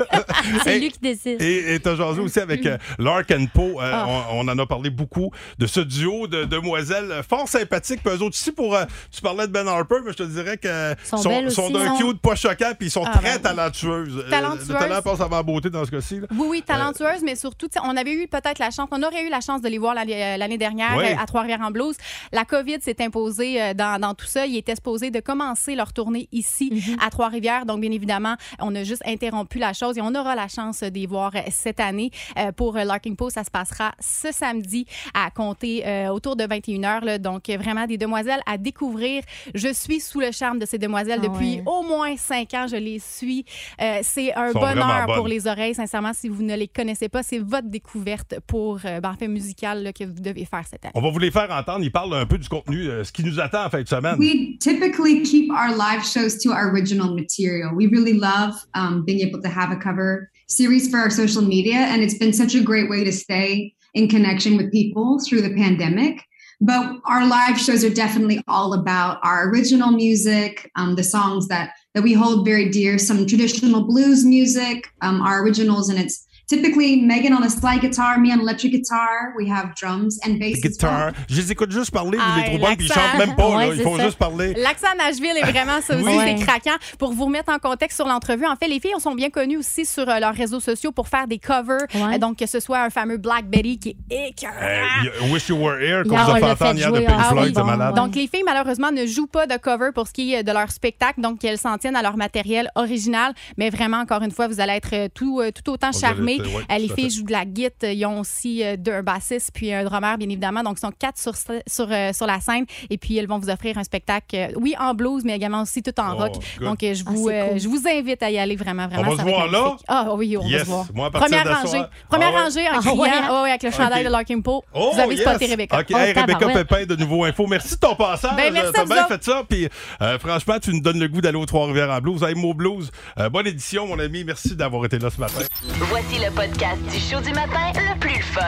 C'est lui qui décide. Et et t'as jasé aussi avec euh, Lark and Poe. Euh, Ah. on, on en a parlé beaucoup de ce duo de demoiselles euh, fort sympathiques. Puis eux autres aussi, pour, euh, tu parlais de Ben Harper, mais je te dirais que Sont sont, belles sont aussi. d'un Sont- cute pas choquant, puis ils sont Ah, très ben. talentueuses. Euh, Talentueuses. Le talent passe avant la beauté. côté dans ce cas-ci. là. Euh, Oui, oui, talentueuse, mais surtout, tu sais, on avait eu peut-être la chance, on aurait eu la chance de les voir l'année euh, l'année dernière Ouais. euh, à Trois-Rivières-en-Blouse. La COVID s'est imposée euh, dans, dans tout ça. Ils étaient supposés de commencer leur tournée ici, Mhm. à Trois-Rivières. Donc, bien évidemment, on a juste interrompu la chose et on aura la chance de les voir euh, cette année. Euh, pour euh, Larkin Poe, ça se passera ce samedi à compter euh, autour de 21h. là. Donc, euh, vraiment des demoiselles à découvrir. Je suis sous le charme de ces demoiselles Ah depuis ouais. au moins cinq ans. Je les suis. Euh, C'est un un sont vraiment bonheur pour bonnes. les oreilles, sincèrement, si vous ne les connaissez pas. C'est votre découverte pour euh, ben, en fait, musicale là, que vous devez faire cette année. On va vous les faire entendre. Ils parlent un peu du contenu, euh, ce qui nous attend en fin de semaine. We typically keep our live shows to our original material. We really love um, being able to have a cover series for our social media, and it's been such a great way to stay in connection with people through the pandemic. But our live shows are definitely all about our original music, um, the songs that that we hold very dear, some traditional blues music, um, our originals, and it's typically Megan on a slide guitar, me on electric guitar. We have drums and bass. as well. Guitar. Je les écoute juste parler, je les Aïe, trouve bonnes, puis ils l'accent. chantent même pas. là. Ouais, Ils c'est font ça. juste parler. L'accent Nashville est vraiment ça aussi, Oui. c'est craquant. Pour vous remettre en contexte sur l'entrevue, en fait, les filles elles sont bien connues aussi sur euh, leurs réseaux sociaux pour faire des covers. Euh, Donc, que ce soit un fameux Black Betty qui est écœurant. Euh, y- Wish You Were Here, qu'on Hier, vous on a fait l'a entendre fait hier de jouer Pink en- Floyd, Ah oui, c'est bon, malade. Donc, les filles, malheureusement, ne jouent pas de cover pour ce qui est de leur spectacle. Donc, elles s'en tiennent à leur matériel original. Mais vraiment, encore une fois, vous allez être euh, tout, euh, tout autant allez charmés. être, euh, ouais, Euh, les tout à filles fait. jouent de la guitare. Ils ont aussi euh, deux- un bassiste puis un drummer, bien évidemment. Donc, ils sont quatre sur, sc- sur, euh, sur la scène. Et puis, elles vont vous offrir un spectacle, euh, oui, en blues, mais également aussi tout en Oh, rock. good. Donc, euh, je vous, euh, je vous invite à y aller vraiment, vraiment. va ça se être voir là? magnifique. Ah oui, on va Yes. se voir. Moi, à partir Première de ce rangée. soir- Première Ah ouais? rangée en Ah criant. ouais? Ah ouais, avec le chandail Ok. de Larkin Poe. Oh, vous avez yes. spoté Rebecca. OK, hey, Oh, Rebecca tabarouette. Pépin de Nouveau Info. Merci de ton passage. Ben, merci à T'as vous bien autres. fait ça. Puis, euh, franchement, tu nous donnes le goût d'aller aux Trois-Rivières en blues. Hey, Mo Blues, euh, bonne édition, mon ami. Merci d'avoir été là ce matin. Voici le podcast du show du matin le plus fun.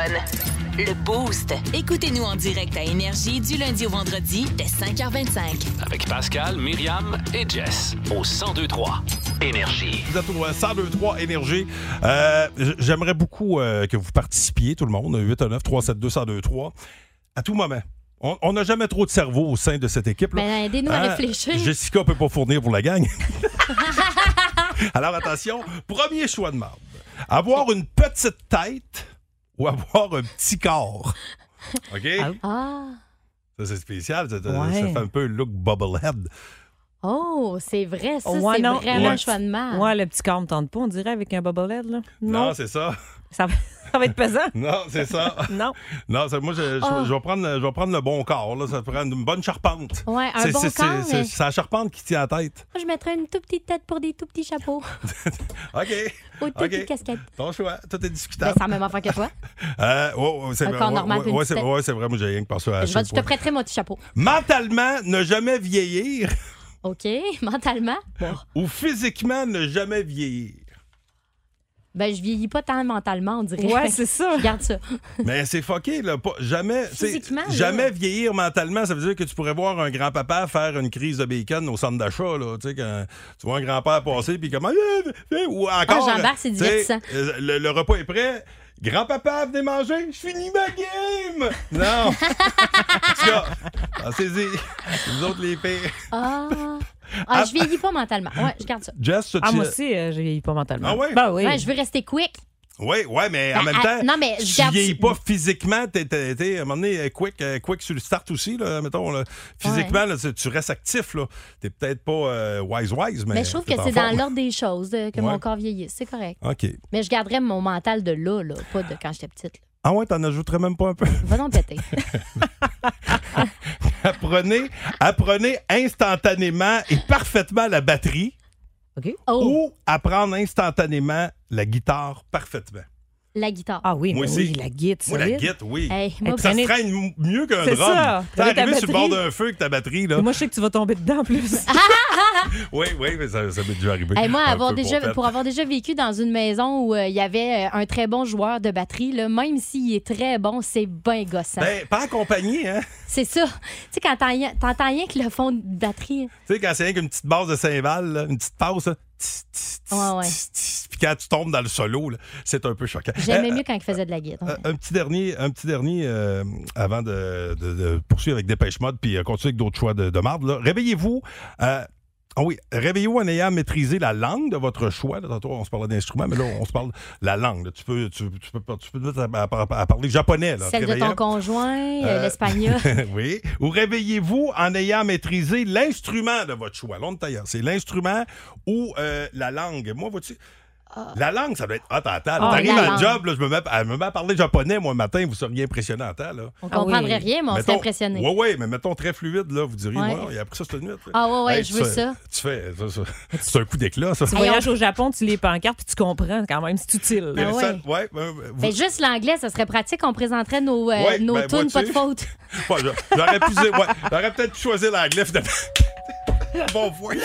Le Boost. Écoutez-nous en direct à Énergie du lundi au vendredi dès 5h25. Avec Pascal, Myriam et Jess au 1023 Énergie. Vous êtes au euh, 1023 Énergie. Euh, j- J'aimerais beaucoup euh, que vous participiez, tout le monde, 819 372 1023 à tout moment. On- On n'a jamais trop de cerveau au sein de cette équipe. là. Hein? Ben, aidez-nous à réfléchir. Jessica peut pas fournir pour la gang. Alors attention, premier choix de marde. Avoir une petite tête ou avoir un petit corps. OK? Ah. Ça, c'est spécial. Ça, ça- Ouais. ça fait un peu look bubblehead. Oh, c'est vrai, ça, Ouais, c'est non. vraiment Ouais. un choix de marde. Ouais, le petit corps me tente pas, on dirait, avec un bobblehead, là. Non, c'est ça. ça va, ça va être pesant. Non, c'est ça. non. Non, c'est- moi, je, je- Ah. je vais prendre, je vais prendre le bon corps. Là. Ça prend une bonne charpente. Ouais, un C'est- bon c'est- c'est- corps, C'est mais- c'est la charpente qui tient la tête. Moi, je mettrais une toute petite tête pour des tout petits chapeaux. OK. Ou une toute OK. petite casquette. Ton choix, tout est Ben, discutable. c'est la même affaire que toi. Euh, ouais, ouais, c'est Un vrai. corps Ouais, normal, puis ouais, une ouais, petite c'est tête. ouais, c'est vrai, moi, j'ai rien que par ça à Je, vais- chaque je te fois. prêterai mon petit chapeau. Mentalement, ne jamais vieillir OK, mentalement. Bon. ou physiquement, ne jamais vieillir. Ben, je vieillis pas tant mentalement, on dirait. Ouais, c'est ça. Regarde ça. Mais c'est fucké, là. Pas, jamais, tu sais, Physiquement, là. jamais vieillir mentalement, ça veut dire que tu pourrais voir un grand-papa faire une crise de bacon au centre d'achat, là. Tu sais, quand tu vois un grand-père passer, puis comment. Eh, Ou encore. Ah, Jean-Bart, c'est tu sais, divertissant. euh, Le, le repas est prêt. Grand-papa, venez manger, je finis ma game! Non! En tout cas, pensez-y. Nous autres, les pires. Ah, ah, je vieillis pas mentalement. Ouais, je garde ça. Jess, tu Ah, moi aussi, euh, je vieillis pas mentalement. Ah ouais? Ben oui. Ouais, je veux rester quick. Oui, ouais, mais en Ben, même à- temps, non, mais je tu garde- vieillis pas physiquement. T'es, t'es- t'es, à un moment donné, euh, quick, euh, quick sur le start aussi, là, mettons. là. Physiquement, là, tu, tu restes actif. Là. T'es peut-être pas euh, wise-wise, mais. Mais Ben, je trouve que t'es en c'est dans forme. l'ordre des choses de- que Ouais. mon corps vieillisse. C'est correct. OK. Mais je garderais mon mental de là, là, pas de quand j'étais petite. là. Ah ouais, t'en ajouterais même pas un peu. Va donc péter. apprenez, apprenez instantanément et parfaitement la batterie. Oh. Ou apprendre instantanément la guitare parfaitement. La guitare. Ah oui, Moi mais aussi. oui, la guide, Moi, la solide. guitare, oui. Hey, Puis moi, ça se prenez- traîne m- mieux qu'un C'est drum. ça. T'es Prenez ta arrivé sur le bord batterie. d'un feu avec ta batterie, là. Moi, je sais que tu vas tomber dedans, en plus. Ah, Oui, oui, mais ça, ça m'est déjà arrivé. Hey, moi, Un avoir peu déjà, pour pour avoir déjà vécu dans une maison où euh, il y avait euh, un très bon joueur de batterie, là, même s'il est très bon, c'est bien gossant. Ben, pas accompagné, hein? C'est ça. Tu sais, quand t'en- t'entends rien que le fond de batterie. Tu sais, quand c'est rien qu'une petite base de Saint-Val, là, une petite passe, là, tss, tss, tss, Ouais, ouais. tss, tss, puis quand tu tombes dans le solo, là, c'est un peu choquant. J'aimais Euh, mieux quand il faisait de la guitare. euh, un petit dernier, un petit dernier euh, avant de, de- de poursuivre avec Dépêche Mode puis euh, continuer avec d'autres choix de, de marde, là. Réveillez-vous euh, Ah oui, réveillez-vous en ayant maîtrisé la langue de votre choix. Là, tantôt, on se parlait d'instruments, mais là, on se parle de la langue. là. Tu peux, tu, tu peux, tu peux te mettre à, à- à parler japonais. Là, Celle de Réveillez- ton conjoint, euh, Euh, l'espagnol. oui. Ou réveillez-vous en ayant maîtrisé l'instrument de votre choix. L'onde tailleur, c'est l'instrument ou euh, la langue. Moi, vois-tu. La langue, ça doit être. Attends, attends. Ah, T'arrives la à langue. job, là, je me mets, à- je me mets à parler japonais, moi, le matin, vous seriez impressionnant, attends, là. On comprendrait rien, mais on serait impressionné. Oui, oui, mais mettons très fluide, là, vous diriez, Ouais. ouais, il a appris ça cette nuit. là. Ah, ouais, ouais, je tu veux fais- ça. Tu fais. ça, ça, C'est un coup d'éclat, ça. Tu voyages au Japon, tu lis pancartes, puis tu comprends quand même, c'est utile. Mais Ah ça- ouais, ben, vous- Ben, juste l'anglais, ça serait pratique. On présenterait nos, euh, Ouais, nos ben, tunes, vois-tu? pas de faute. Ouais, j'a- j'aurais pu dire- ouais, j'aurais peut-être pu choisir l'anglais, finalement. bon voyage.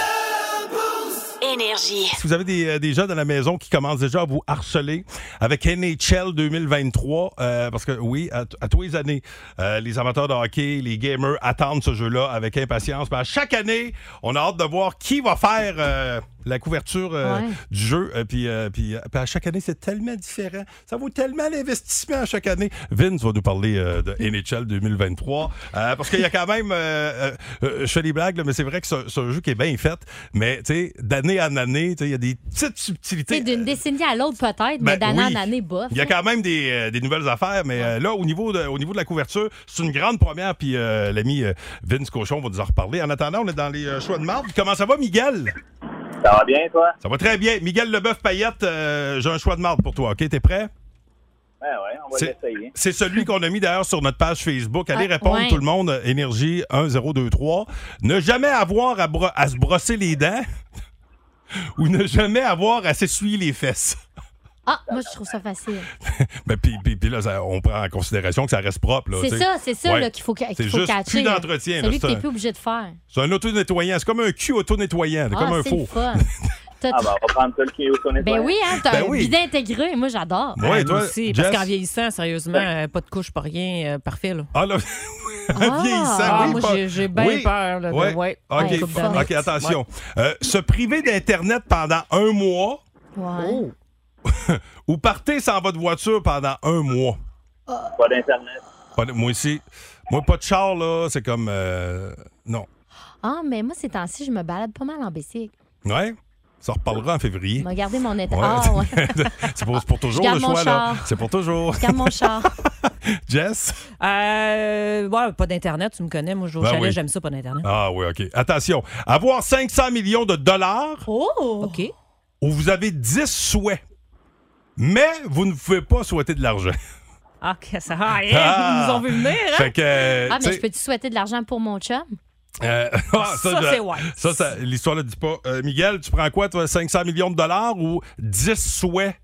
Énergie. Si vous avez des, euh, des gens dans la maison qui commencent déjà à vous harceler avec NHL 2023, euh, parce que oui, à, t- à tous les années, euh, les amateurs de hockey, les gamers attendent ce jeu-là avec impatience. Mais à chaque année, on a hâte de voir qui va faire euh, la couverture euh, Ouais. du jeu. Euh, puis, euh, puis, euh, puis à chaque année, c'est tellement différent. Ça vaut tellement l'investissement à chaque année. Vince va nous parler euh, de NHL 2023. euh, parce qu'il y a quand même, euh, euh, euh, je fais des blagues, là, mais c'est vrai que c'est un- c'est un jeu qui est bien fait. Mais tu sais, d'année en année, tu sais, il y a des petites Tu sais, subtilités. D'une décennie à l'autre, peut-être, mais euh, Ben, d'année oui. en année, bof. hein. Il y a quand même des, euh, des nouvelles affaires, mais euh, là, au niveau, de, au niveau de la couverture, c'est une grande première. Puis euh, l'ami euh, Vince Cochon va nous en reparler. En attendant, on est dans les euh, choix de marde. Comment ça va, Miguel? Ça va bien, toi? Ça va très bien. Miguel Leboeuf-Payette, euh, j'ai un choix de marde pour toi. OK, t'es prêt? Ben ouais, on va C'est- l'essayer. C'est celui qu'on a mis d'ailleurs sur notre page Facebook. Allez Ah, répondre, ouais. tout le monde. euh, Énergie 1023. Ne jamais avoir à, bro- à se brosser les dents ou ne jamais avoir à s'essuyer les fesses. Ah, moi, je trouve ça facile. Ben, puis, puis- puis là, ça- on prend en considération que ça reste propre. là, tu C'est sais. ça, c'est ça Ouais. là, qu'il faut, ca- C'est qu'il faut juste catcher. plus là. d'entretien, là, Celui que c'est t'es un- plus obligé de faire. C'est un auto-nettoyant. C'est comme un cul auto-nettoyant. C'est Ah, comme un c'est faux. le fun. T'as- Ah, bah, ben, on va prendre ça le qui est au son Ben étoile. oui, hein, t'as Ben un oui. bidet intégré. Moi, j'adore. Ouais, Ah, toi, moi aussi, Jess? parce qu'en vieillissant, sérieusement, euh, pas de couche, pas rien, euh, parfait. Là. Ah, là, en vieillissant, Ah, oui, moi, pas- j'ai- j'ai bien oui, peur, là, de- ouais. ouais, OK, ouais, coupe d'années. OK, attention. Euh, se priver d'Internet pendant un mois Ouais. Oh. ou partez sans votre voiture pendant un mois. Pas d'Internet. Pas de- moi aussi. Moi, pas de char, là, c'est comme. euh, non. Ah, mais moi, ces temps-ci, je me balade pas mal en bicycle. Ouais? Ça reparlera en février. Je vais garder mon état. Ouais. Ah, ouais. c'est pour, c'est pour Je toujours garde le mon choix, là. char. C'est pour toujours. Je garde mon char. Jess? Euh, ouais, pas d'Internet, tu me connais. Moi, je vais au Ben chalet, oui. j'aime ça, pas d'Internet. Ah oui, OK. Attention. Avoir 500 millions de dollars Oh! OK. où vous avez 10 souhaits, mais vous ne pouvez pas souhaiter de l'argent. Ah, que ça. Ah, hey, Ils Ah! nous ont vu venir, hein? Fait que, euh, ah, tu mais sais, je peux-tu souhaiter de l'argent pour mon chum? euh, ah, Ça, je- c'est ouais. Ça, ça- l'histoire le dit pas. Euh, Miguel, tu prends quoi, toi, 500 millions de dollars ou 10 souhaits?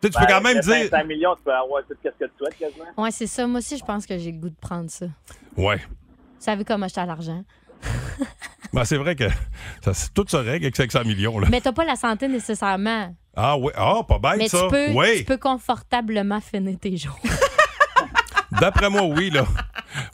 Tu sais, tu peux Ben, quand même avec dire... 500 millions, tu peux avoir tout ce que tu souhaites quasiment. Ouais, c'est ça. Moi aussi, je pense que j'ai le goût de prendre ça. Vous Ouais. savez comment j'étais à l'argent? Ben, c'est vrai que ça, c'est- tout se règle avec 500 millions. Là. Mais t'as pas la santé nécessairement. Ah oui, ah, pas bête, mais ça. tu, peux, oui, tu peux confortablement finir tes jours. d'après moi, oui. là.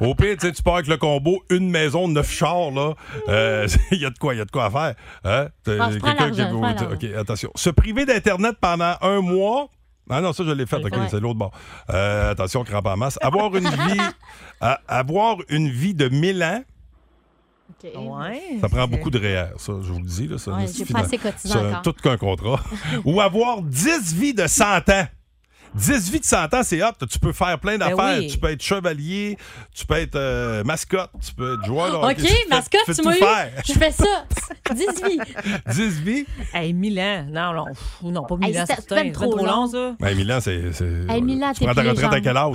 Au pire, tu sais, tu pars avec le combo, une maison, neuf chars. là. Euh, Il y a de quoi, il y a de quoi à faire. Hein? T'as- Ah, je prends quelqu'un qui- l'argent, je prends l'argent. OK, attention. Se priver d'Internet pendant un mois... Ah non, ça, je l'ai fait. OK, fait. c'est l'autre bord. Euh, attention, crampe en masse. Avoir une vie... à- avoir une vie de 1000 ans... Ouais. Ça prend beaucoup de REER, ça, je vous le dis. là, ça, Ouais, c'est j'ai fina- pas assez cotisé c'est un- encore. tout qu'un contrat. Ou avoir 10 vies de 100 ans. 10 vies de 100 ans, c'est hop, tu peux faire plein Ben d'affaires. oui. Tu peux être chevalier, tu peux être euh, mascotte, tu peux être joueur. de OK, hockey, tu fais- mascotte, fais tu tout m'as eu. faire. Je fais ça. 10 vies. 10 vies? Hey, Milan. Non, non, pff, non pas Hey, Milan, c'est certain. même trop, trop trop long, long. ça. Ben, Milan, c'est. c'est- Hey, Milan, tu t'es prends ta plus Oh. retraite à légende.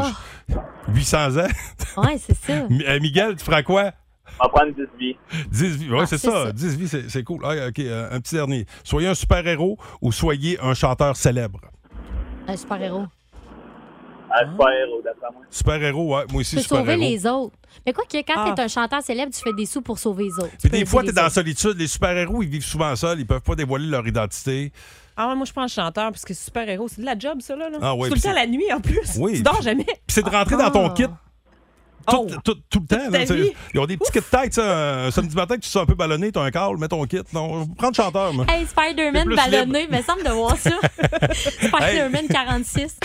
quel âge? 800 ans? Ouais, c'est ça. Mi- euh, Miguel, tu feras quoi? On va prendre 10 vies. 10 vies. Ah, Oui, c'est ça. 10 vies, c'est c'est cool. Ah, OK, euh, un petit dernier. Soyez un super-héros ou soyez un chanteur célèbre. Un super-héros. Ah, super héros, d'après moi. Super-héros, ouais. Moi aussi, Tu peux super-héros. sauver les autres. Mais quoi que quand Ah. t'es un chanteur célèbre, tu fais des sous pour sauver les autres. Puis Tu des peux fois, aider t'es les dans la autres. solitude. Les super-héros, ils vivent souvent seuls. Ils peuvent pas dévoiler leur identité. Ah ouais, moi je prends le chanteur parce que c'est super héros, c'est de la job ça là. là. Ah ouais, c'est tout puis le temps c'est- la nuit en plus. Oui. Tu dors jamais. Ah. Puis c'est de rentrer dans ton kit. Tout, tout- tout le temps. ta là, tu vie. sais. ils ont des petits kits de tête. ça. Un samedi matin, que tu te sens un peu ballonné, t'as un call, mets ton kit. Non, je prends le chanteur. moi. Hey, T'es Spider-Man plus ballonné, me semble de voir ça. Spider-Man 46.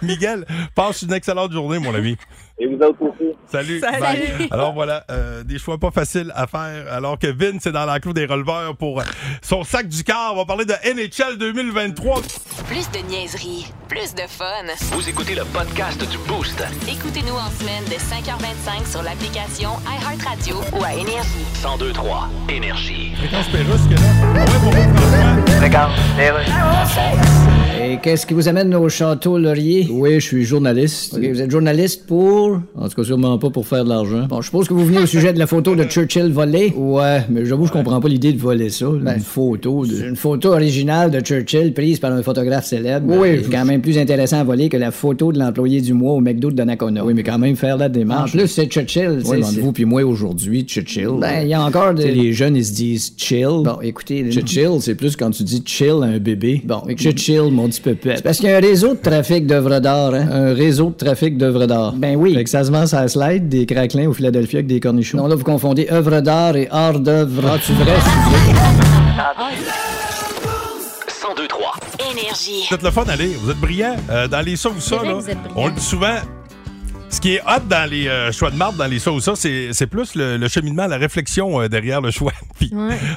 Miguel, passe une excellente journée, mon ami. Et vous autres aussi. Salut. Salut. Bye. Alors voilà, euh, des choix pas faciles à faire. Alors que Vince est dans l'enclos des releveurs pour son sac du quart. On va parler de NHL 2023. Plus de niaiserie, plus de fun. Vous écoutez le podcast du Boost. Écoutez-nous en semaine de 5h25 sur l'application iHeartRadio ou à Énergie. 1023 Énergie. Fréquence Pérusse, que là. Regarde, Ah, Et qu'est-ce qui vous amène au château Laurier? Oui, je suis journaliste. OK, vous êtes journaliste pour? En tout cas, sûrement pas pour faire de l'argent. Bon, je suppose que vous venez au sujet de la photo de Churchill volée. Ouais, mais j'avoue, je comprends pas l'idée de voler ça. une photo de... Une photo originale de Churchill prise par un photographe célèbre. Oui. C'est quand même plus intéressant à voler que la photo de l'employé du mois au McDo de Donnacona. Oui, mais quand même faire la démarche. Là, c'est Churchill. Oui, mais vous puis moi aujourd'hui, Churchill. Ben, il y a encore des... Tu sais, les jeunes, ils se disent chill. Bon, écoutez... Churchill, c'est plus quand tu dis chill à un bébé. Bon, Churchill, mon petit pépette. Parce qu'il y a un réseau de trafic d'œuvres d'art, hein? Un réseau de trafic d'œuvres d'art. Ben oui. Fait que ça se vend ça slide, des craquelins au Philadelphia avec des cornichons. Non, là, vous confondez œuvres d'art et art d'œuvre. Ah, tu vrai, Ah. 1023 Énergie. Vous êtes le fun, allez. Vous êtes brillant. euh, dans les ça ou C'est ça, vrai là, que vous êtes brillants. on le dit souvent. Ce qui est hot dans les euh, choix de marde, dans les ça ou ça, c'est c'est plus le, le cheminement, la réflexion euh, derrière le choix. Puis,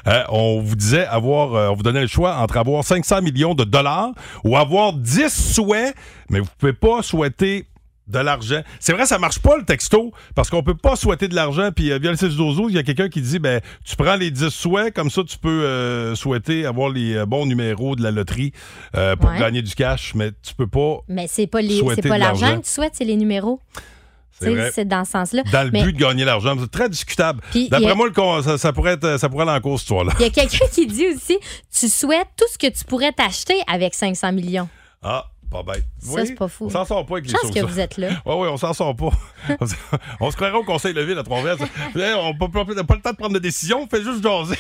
euh, on vous disait avoir, euh, on vous donnait le choix entre avoir 500 millions de dollars ou avoir 10 souhaits, mais vous pouvez pas souhaiter de l'argent. C'est vrai, ça marche pas le texto, parce qu'on peut pas souhaiter de l'argent. Puis euh, via le 612, il y a quelqu'un qui dit, ben, tu prends les 10 souhaits, comme ça tu peux euh, souhaiter avoir les euh, bons numéros de la loterie euh, pour Ouais. gagner du cash, mais tu peux pas... Mais c'est pas les- Souhaiter c'est pas de l'argent. l'argent que tu souhaites, c'est les numéros. C'est Tu sais, vrai. C'est dans ce sens-là. Dans le Mais but de gagner l'argent. C'est très discutable. Puis, il y D'après a- moi, le con- ça, ça pourrait être, ça pourrait aller en cause, cette histoire-là. Il y a quelqu'un qui dit aussi tu souhaites tout ce que tu pourrais t'acheter avec 500 millions. Ah, pas bête. Ça, c'est pas fou. On s'en sort pas avec les Chance choses. que vous êtes là. Oui, oui, on s'en sort pas. on se croirait au conseil de ville à Trois-Rivières. Là, on n'a pas, pas le temps de prendre de décision, on fait juste jaser.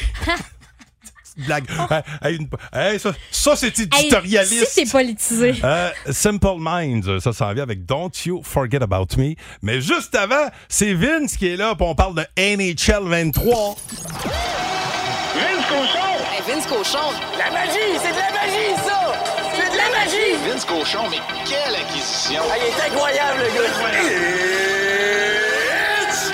Petite Blague. Hey, hey, une- hey, ça, ça, c'est Oh. Hey, éditorialiste. si c'est politisé. Euh, Simple Minds, ça s'en vient avec Don't You Forget About Me. Mais juste avant, c'est Vince qui est là, puis on parle de NHL 23. Vince Cochon! Vince Cochon! La magie! C'est de la magie, ça! C'est de la magie! Vince Cochon, mais quelle acquisition! Ah, il est incroyable, le gars! It's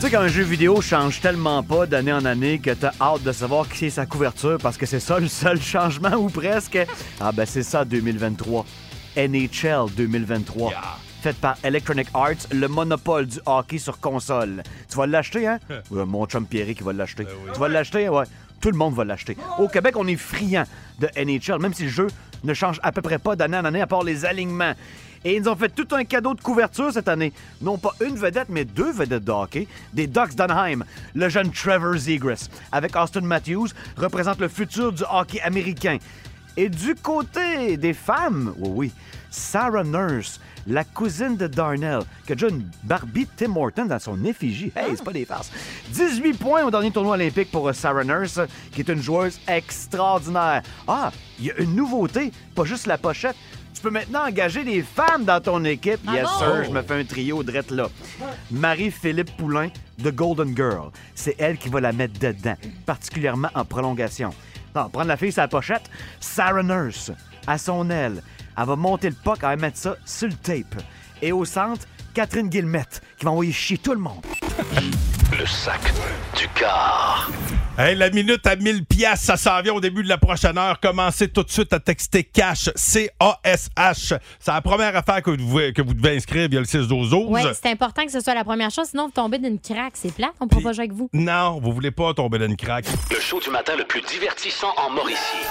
Tu sais, quand un jeu vidéo change tellement pas d'année en année que t'as hâte de savoir qui c'est sa couverture parce que c'est ça le seul changement ou presque. Ah ben c'est ça 2023. NHL 2023. Faite par Electronic Arts, le monopole du hockey sur console. Tu vas l'acheter, hein? Ouais, mon chum Pierre qui va l'acheter. Tu vas l'acheter, ouais. Tout le monde va l'acheter. Au Québec, on est friand de NHL, même si le jeu ne change à peu près pas d'année en année à part les alignements. Et ils nous ont fait tout un cadeau de couverture cette année. Non pas une vedette, mais deux vedettes de hockey. Des Ducks d'Anaheim, le jeune Trevor Zegras, avec Austin Matthews, représente le futur du hockey américain. Et du côté des femmes, oui, oui, Sarah Nurse, la cousine de Darnell, qui a déjà une Barbie de Tim Horton dans son effigie. Hey, c'est pas des farces. 18 points au dernier tournoi olympique pour euh, Sarah Nurse, euh, qui est une joueuse extraordinaire. Ah, il y a une nouveauté, pas juste la pochette. Tu peux maintenant engager des femmes dans ton équipe. Ah yes, bon? sir, je me fais un trio drette là. Marie-Philippe Poulain, de Golden Girl. C'est elle qui va la mettre dedans, particulièrement en prolongation. Non, prendre la fille sa pochette, Sarah Nurse, à son aile. Elle va monter le puck, elle va mettre ça sur le tape. Et au centre, Catherine Guillemette, qui va envoyer chier tout le monde. Le sac du car. Hey, la minute à 1000 pièces, ça s'en vient au début de la prochaine heure. Commencez tout de suite à texter cash, C-A-S-H. C'est la première affaire que vous, que vous devez inscrire via le 6 12 12. Ouais, c'est important que ce soit la première chose, sinon vous tombez d'une craque, c'est plate, on pourra pas jouer avec vous. Non, vous voulez pas tomber dans une craque. Le show du matin le plus divertissant en Mauricie.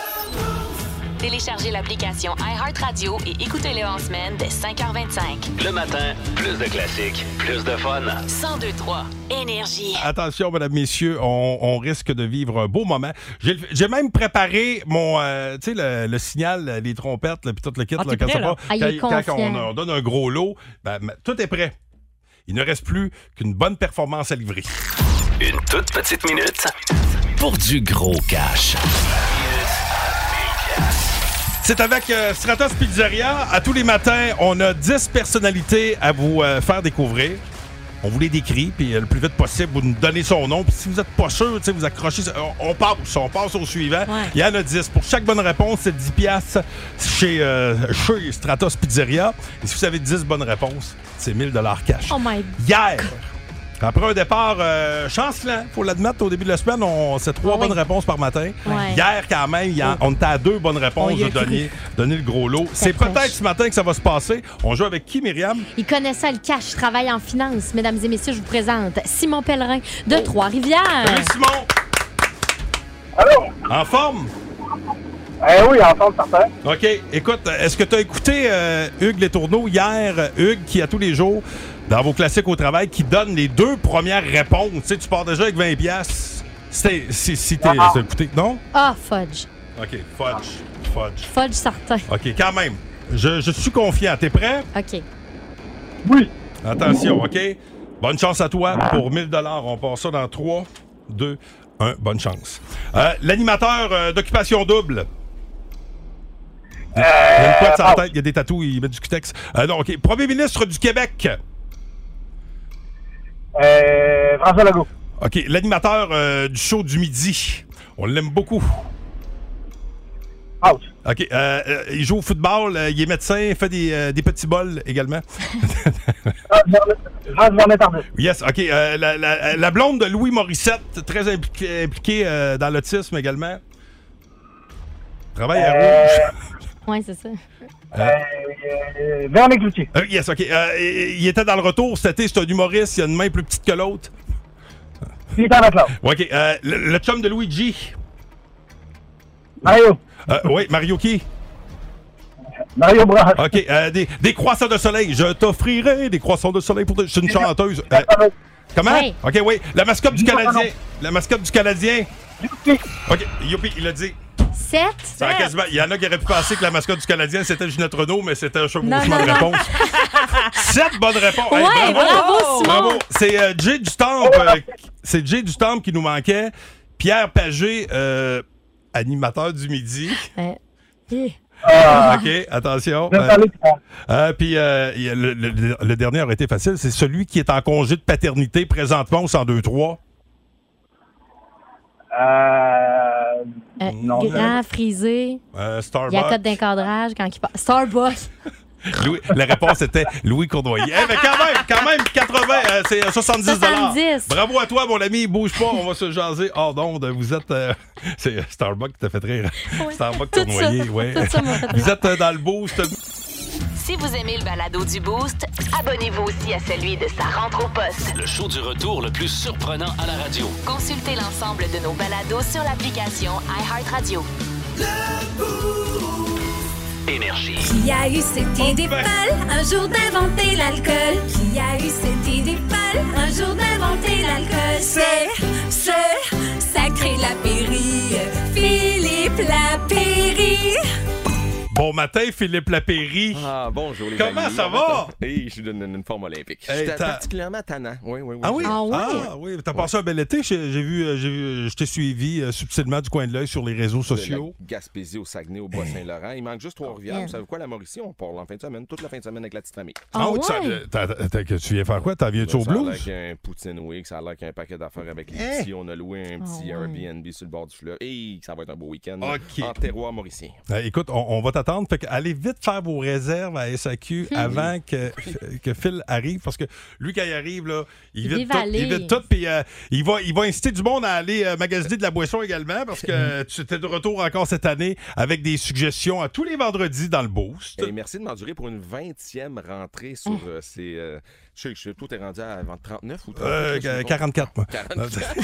Téléchargez l'application iHeartRadio et écoutez-le en semaine dès 5h25. Le matin, plus de classiques, plus de fun. 1023 Énergie. Attention, mesdames, messieurs, on, on risque de vivre un beau moment. J'ai le- J'ai même préparé mon, euh, tu sais, le, le signal, euh, les trompettes, là, puis tout le kit. Ah, là, t'es quand prêt, ça là? part. Ah, il est Quand- quand confiant. on, on donne un gros lot, ben, ben, tout est prêt. Il ne reste plus qu'une bonne performance à livrer. Une toute petite minute pour du gros cash. C'est avec euh, Stratos Pizzeria. À tous les matins, on a 10 personnalités à vous euh, faire découvrir. On vous les décrit, puis euh, le plus vite possible, vous nous donnez son nom. Puis si vous n'êtes pas sûr, tu sais, vous accrochez. On, on passe, on passe au suivant. Il y en a 10. Pour chaque bonne réponse, c'est 10 piastres chez, euh, chez Stratos Pizzeria. Et si vous avez 10 bonnes réponses, c'est 1000 cash. Oh my Hier, après un départ euh, chancelant, faut l'admettre, au début de la semaine, on c'est Ah trois bonnes réponses par matin. Ouais. Hier, quand même, il y a- on était à deux Oh. bonnes On réponses y a de donner, cru. donner le gros lot. C'est peut-être ce matin que ça va se passer. On joue avec qui, Myriam? Il connaît ça, le cash. Je travaille en finance. Mesdames et messieurs, je vous présente Simon Pellerin de Trois-Rivières. Oh. Salut, Simon! En forme? Eh oui, en forme, certain. OK. Écoute, est-ce que tu as écouté euh, Hugues Les Tourneaux hier? Euh, Hugues, qui à tous les jours, dans vos classiques au travail, qui donne les deux premières réponses. Tu sais, tu pars déjà avec 20 piastres. C'était- Si, si t'es- Non. t'as écouté, non? Ah, fudge. OK, fudge, fudge. Fudge certain. OK, quand même. Je, je suis confiant. T'es prêt? OK. Oui. Attention, OK? Bonne chance à toi pour 1000 On part ça dans 3, 2, 1. Bonne chance. Euh, L'animateur euh, d'Occupation Double. Il y a une couette sur la tête, il y a des tatous, il met du cutex. Euh, non, OK. Premier ministre du Québec. Euh, François Legault. OK. L'animateur euh, du show du midi. On l'aime beaucoup. OK. euh, euh, il joue au football, euh, il est médecin, il fait des, euh, des petits bols également. Yes, OK. euh, la, la- la blonde de Louis Morissette, très impli- impliquée euh, dans l'autisme également. Travaille à Euh, rouge. Oui, c'est ça. Euh, Euh, yes, OK. Euh, il il était dans le retour cet été, c'est un humoriste, il a une main plus petite que l'autre. Il est dans la classe. OK. euh, le, le chum de Luigi. Mario. oui, Mario qui? Mario Bras. OK. euh, des, des croissants de soleil. Je t'offrirai des croissants de soleil pour... te- C'est une chanteuse. Euh, comment? Oui. OK, oui. La mascotte du Non, Canadien. non. La mascotte du Canadien. Youpi. OK, Youpi, il a dit. Sept. Ça a quasiment- Il y en a qui auraient pu penser que la mascotte du Canadien, c'était Ginette Renault, mais c'était un Non, chevauchement non, de non. réponse. Sept bonnes réponses. Ouais, bravo, Simon. Bravo. C'est euh, Jay du Temple. c'est Jay du Temple qui nous manquait. Pierre Pagé, euh, animateur du midi. Ah. Eh, OK, attention. Je vais parler Euh, euh, puis euh, il y a le, le- le dernier aurait été facile. C'est celui qui est en congé de paternité présentement au 102-3. Euh, non, Grand, frisé. Euh, Il y a Starbucks. cote d'encadrage quand il parle. Starbucks. Louis- la réponse était Louis Cournoyer. Eh ben, quand même, quand même, 80, euh, c'est euh, 70, 70. Bravo à toi, mon ami. Bouge pas, on va se jaser hors d'onde. Vous êtes. euh, c'est euh, Starbucks qui t'a fait rire. Starbucks Tout Cournoyer, ça. ouais. Tout ça m'a fait rire. Vous êtes euh, dans le boost. Si vous aimez le balado du Boost, abonnez-vous aussi à celui de sa rentre au poste. Le show du retour le plus surprenant à la radio. Consultez l'ensemble de nos balados sur l'application iHeartRadio. Énergie. Qui a eu cette idée folle un jour d'inventer l'alcool? Qui a eu cette idée folle un jour d'inventer l'alcool? C'est ce sacré Lapéry, Philippe Lapéry. Bon matin, Philippe Lapéry. Ah, bonjour les Comment amis. ça va? Hey, je suis d'une une forme olympique. Hey, J'étais t'as- particulièrement tannant. Oui, oui, oui. Ah oui? Je- Ah oui, t'as passé un bel été. J'ai j'ai vu, euh, j'ai vu- je t'ai suivi euh, subtilement du coin de l'œil sur les réseaux de la sociaux. Gaspésie au Saguenay, au Bas-Saint-Laurent. Il manque juste Trois-Rivières. Vous savez quoi, la Mauricie, on parle en fin de semaine, toute la fin de semaine avec la petite famille. Ah oui, ça- t'as- t'as- t'as- que tu viens faire quoi? T'as viens-tu au Ben, Ça a l'air blues? qu'il y a un Poutine Week, ça a l'air qu'il y a un paquet d'affaires avec les Hein? petits. On a loué un petit Ah ouais. Airbnb sur le bord du fleuve. Et ça va être un beau week-end Ok. en terroir mauricien. Euh, écoute, on, on va t'attendre. Fait que allez vite faire vos réserves à SAQ avant que, que Phil arrive. Parce que lui, quand il arrive, là, il, Il vide tout. dévalise. Il vide tout. Puis euh, il, va, il va inciter du monde à aller euh, magasiner de la boisson également. Parce que euh, tu étais de retour encore cette année avec des suggestions à tous les vendredis dans le Boost. Et merci de m'endurer pour une 20e rentrée sur Ah. euh, ces. euh, je sais que je sais, toi, t'es rendu à 39 ou 39? Euh, je sais pas. 44, moi.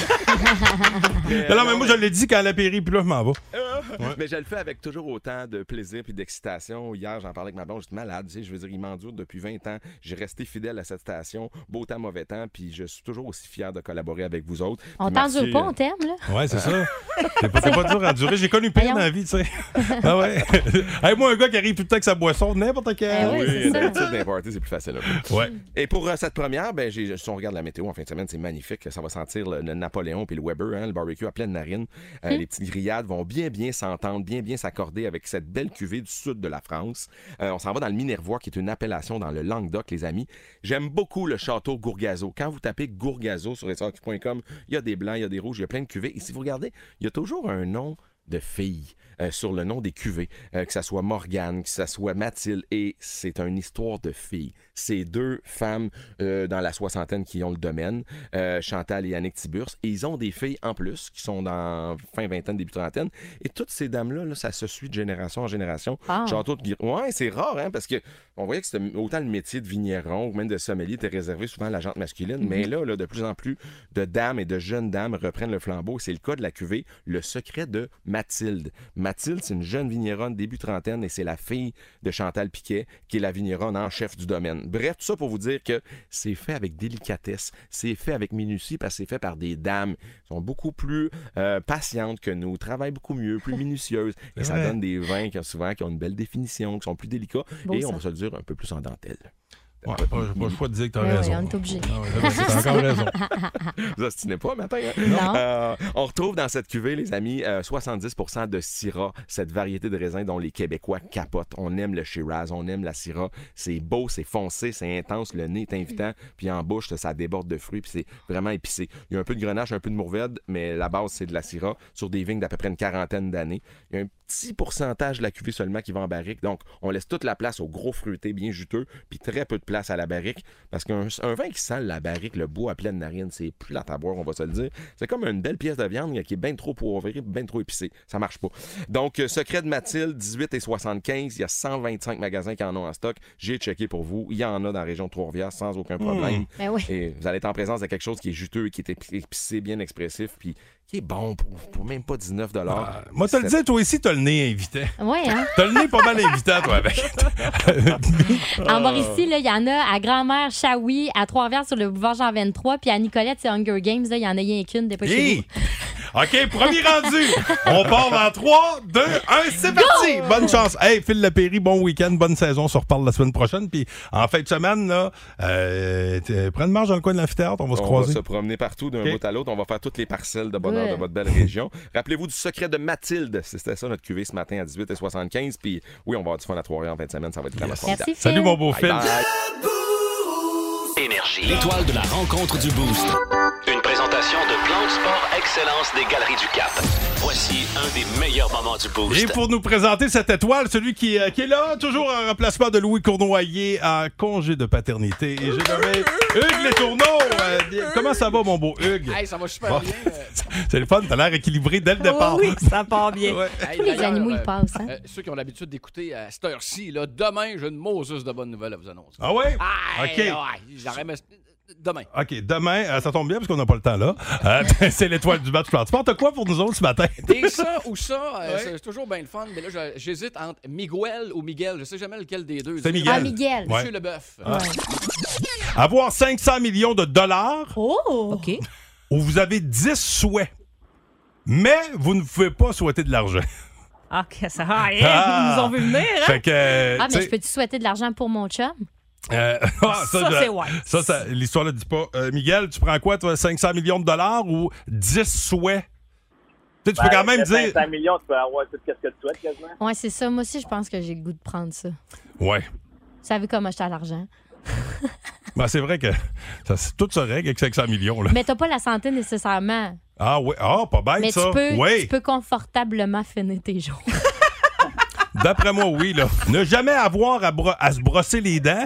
44. Mais, Non, non, mais euh, moi, je l'ai dit quand la péri, puis là, je m'en vais. Mais je le fais avec toujours autant de plaisir puis d'excitation. Hier, j'en parlais avec ma blonde, j'étais malade. tu sais, je veux dire, il m'endure depuis 20 ans. J'ai resté fidèle à cette station, beau temps, mauvais temps, puis je suis toujours aussi fier de collaborer avec vous autres. On Puis t'endure merci, pas, euh, on t'aime, là. Ouais, c'est ça. T'es pas, t'es pas dur à durer. J'ai connu pire dans la vie, tu sais. Ah ouais. Hey, moi, un gars qui arrive tout le temps avec sa boisson, n'importe quel. Eh Ah oui, d'habitude, dans les parties, c'est plus facile. un peu. Ouais. Et pour euh, cette première, ben, j'ai- si on regarde la météo en fin de semaine, c'est magnifique. Ça va sentir le, le Napoléon puis le Weber, hein, le barbecue à pleine narine. Euh, Les petites grillades vont bien, bien s'entendre, bien, bien s'accorder avec cette belle cuvée du sud de la France. Euh, on s'en va dans le Minervois, qui est une appellation dans le Languedoc, les amis. J'aime beaucoup le château Gourgazo. Quand vous tapez Gourgazo sur restaurant.com, il y a des blancs, il y a des rouges, il y a plein de cuvées. Et si vous regardez, il y a toujours un nom de filles euh, sur le nom des cuvées, euh, que ça soit Morgane, que ça soit Mathilde, et c'est une histoire de filles. C'est deux femmes euh, dans la soixantaine qui ont le domaine, euh, Chantal et Annick Tiburs, et ils ont des filles en plus qui sont dans fin vingtaine, début trentaine, et toutes ces dames-là, là, ça se suit de génération en génération. Ah. Château de Guir- Ouais, c'est rare, hein, parce que on voyait que c'était autant le métier de vigneron ou même de sommelier était réservé souvent à la gente masculine, mais là, là, de plus en plus de dames et de jeunes dames reprennent le flambeau. C'est le cas de la cuvée Le secret de Mathilde. Mathilde, c'est une jeune vigneronne début trentaine et c'est la fille de Chantal Piquet qui est la vigneronne en chef du domaine. Bref, tout ça pour vous dire que c'est fait avec délicatesse, c'est fait avec minutie parce que c'est fait par des dames qui sont beaucoup plus euh, patientes que nous, travaillent beaucoup mieux, plus minutieuses et ça vrai. donne des vins qui ont souvent qui ont une belle définition, qui sont plus délicats Beau et ça. on va se le dire un peu plus en dentelle. Ouais, pas, pas le choix de dire que t'as Ben oui, raison. on est obligé. Ah ouais, t'as- t'as encore raison. Vous ostinez pas matin. hein? Non. Euh, on retrouve dans cette cuvée, les amis, euh, 70% de Syrah, cette variété de raisin dont les Québécois capotent. On aime le Shiraz, on aime la Syrah. C'est beau, c'est foncé, c'est intense, le nez est invitant, puis en bouche, ça, ça déborde de fruits, puis c'est vraiment épicé. Il y a un peu de grenache, un peu de mourvèdre, mais la base, c'est de la Syrah sur des vignes d'à peu près une quarantaine d'années. Il y a un petit pourcentage de la cuvée seulement qui va en barrique. Donc, on laisse toute la place aux gros fruités bien juteux, puis très peu de place à la barrique. Parce qu'un un vin qui sent la barrique, le bois à pleine narine, c'est plus la boire, on va se le dire. C'est comme une belle pièce de viande qui est bien trop poivrée, bien trop épicée. Ça marche pas. Donc, euh, Secret de Mathilde, 18 et 75. Il y a 125 magasins qui en ont en stock. J'ai checké pour vous. Il y en a dans la région de Trois-Rivières sans Hmm. aucun problème. Mm. Ben oui. Et vous allez être en présence de quelque chose qui est juteux, qui est épi- épicé, bien expressif, puis qui est bon pour, pour même pas 19 Ah, Moi, te le C'est- dis, toi ici, t'as le nez invitant. Ouais, hein? T'as le nez pas mal invitant, toi, avec. En Mauricie, là, il y en a à Grand-Mère, Shawi, à Trois-Rivières sur le boulevard Jean 23, puis à Nicolette, c'est Hunger Games, là, il y en a rien qu'une, des pas chez Hi! OK, premier rendu. On part dans 3, 2, 1, c'est parti. Bonne chance. Hey, Phil Lapéry, bon week-end, bonne saison. On se reparle la semaine prochaine. Puis en fin de semaine, là, euh, t- prends une marche dans le coin de l'amphithéâtre. On va se On va croiser. se promener partout d'un OK. bout à l'autre. On va faire toutes les parcelles de bonheur de Good. votre belle région. Rappelez-vous du secret de Mathilde. C'était ça notre cuvée ce matin à 18 et 75. Puis oui, on va avoir du fun à Trois-Rivières en fin de semaine. Ça va être vraiment formidable. Phil. Salut, mon beau Bye Phil. bye. Énergie. L'étoile de la rencontre du Boost. Une présentation de Plan de Sport Excellence des Galeries du Cap. Voici un des meilleurs moments du Boost. Et pour nous présenter cette étoile, celui qui, euh, qui est là, toujours en remplacement de Louis Cournoyer en congé de paternité. Et j'ai nommé Hugues Les Tourneaux. Euh, bien- comment ça va, mon beau Hugues? Hey, ça va super Bon. bien. euh. C'est le fun, t'as l'air équilibré dès le départ. oui, ça part bien. Hey, Tous les d'ailleurs, animaux, ils euh, passent, hein? euh, ceux qui ont l'habitude d'écouter à cette heure-ci, là, demain, j'ai une Moses de bonnes nouvelles à vous annoncer. Ah ouais? Hey, OK. ouais, j'aurais aimé- Demain. OK, demain, euh, ça tombe bien parce qu'on n'a pas le temps là. Euh, c'est l'étoile du match Plan de Sport. T'as quoi pour nous autres ce matin? Des ça ou ça, euh, Ouais. c'est toujours bien le fun, mais là, je- j'hésite entre Miguel ou Miguel. Je sais jamais lequel des deux. C'est Miguel. Ah, Miguel. Monsieur Ouais. Leboeuf. Ah. Avoir 500 millions de dollars. Oh! OK. Ou vous avez 10 souhaits, mais vous ne pouvez pas souhaiter de l'argent. OK, ça va. Eh, Hey, Ah. Ils nous ont vu venir, hein? Fait que, euh, Ah, mais tu je peux-tu souhaiter de l'argent pour mon chum? Euh, ah, Ça, je- c'est ouais. Ça, ça- l'histoire ne dit pas. Euh, Miguel, tu prends quoi, toi, 500 millions de dollars ou 10 souhaits? Tu sais, tu peux Ben, quand même le dire. 500 millions, tu peux avoir tout ce que tu souhaites quasiment. Ouais, c'est ça. Moi aussi, je pense que j'ai le goût de prendre ça. Vous Ouais. savez comment j'étais à l'argent? Ben, c'est vrai que ça, c'est- tout se règle avec 500 millions. Là. Mais t'as pas la santé nécessairement. Ah, oui. Ah, pas bête, mais ça. tu peux, tu oui. peux confortablement finir tes jours. D'après moi, oui. là. Ne jamais avoir à, bro- à se brosser les dents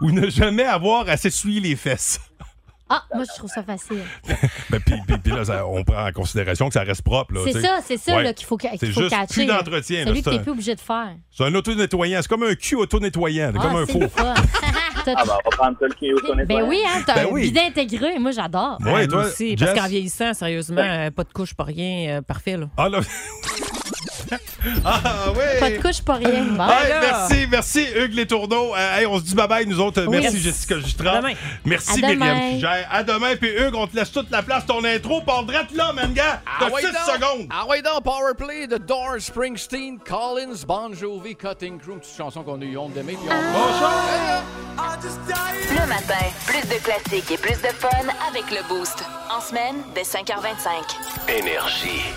ou ne jamais avoir à s'essuyer les fesses. Ah, moi, je trouve ça facile. Ben, puis, puis- puis là, ça- on prend en considération que ça reste propre. là, C'est tu sais. ça, c'est ça Ouais. là, qu'il faut, ca- C'est qu'il faut juste catcher. plus là. d'entretien. là, Celui c'est que t'es un- plus obligé de faire. C'est un auto-nettoyant. C'est comme un cul auto-nettoyant. C'est Ah, comme un c'est faux. le fun. bah, T'as- Ah ben, on va prendre tout le qui est au Ben oui, hein, t'as Ben un oui. bidet intégré. Moi, j'adore. Ouais, Ouais, toi, moi Ben, aussi, parce Jess? qu'en vieillissant, sérieusement, euh, pas de couche, pas rien, euh, parfait, là. Ah, là. ah, ouais. Pas de couche, pas rien. Bon. Hey, merci, merci Hugues Les Tourneaux. Euh, hey, on se dit bye bye, nous autres. Oui. Merci Yes. Jessica Jutras. Merci À Myriam demain. Fugère. À demain, puis Hugues, on te laisse toute la place. Ton intro part drette là, man, gars. T'as 6 secondes. Ah ouais, donc, Powerplay de Doors, Springsteen, Collins, Bon Jovi, Cutting Crew, une petite chanson qu'on a eu honte d'aimer. puis on- Ah. Le matin, plus de classiques et plus de fun avec le Boost. En semaine, dès 5h25. Énergie.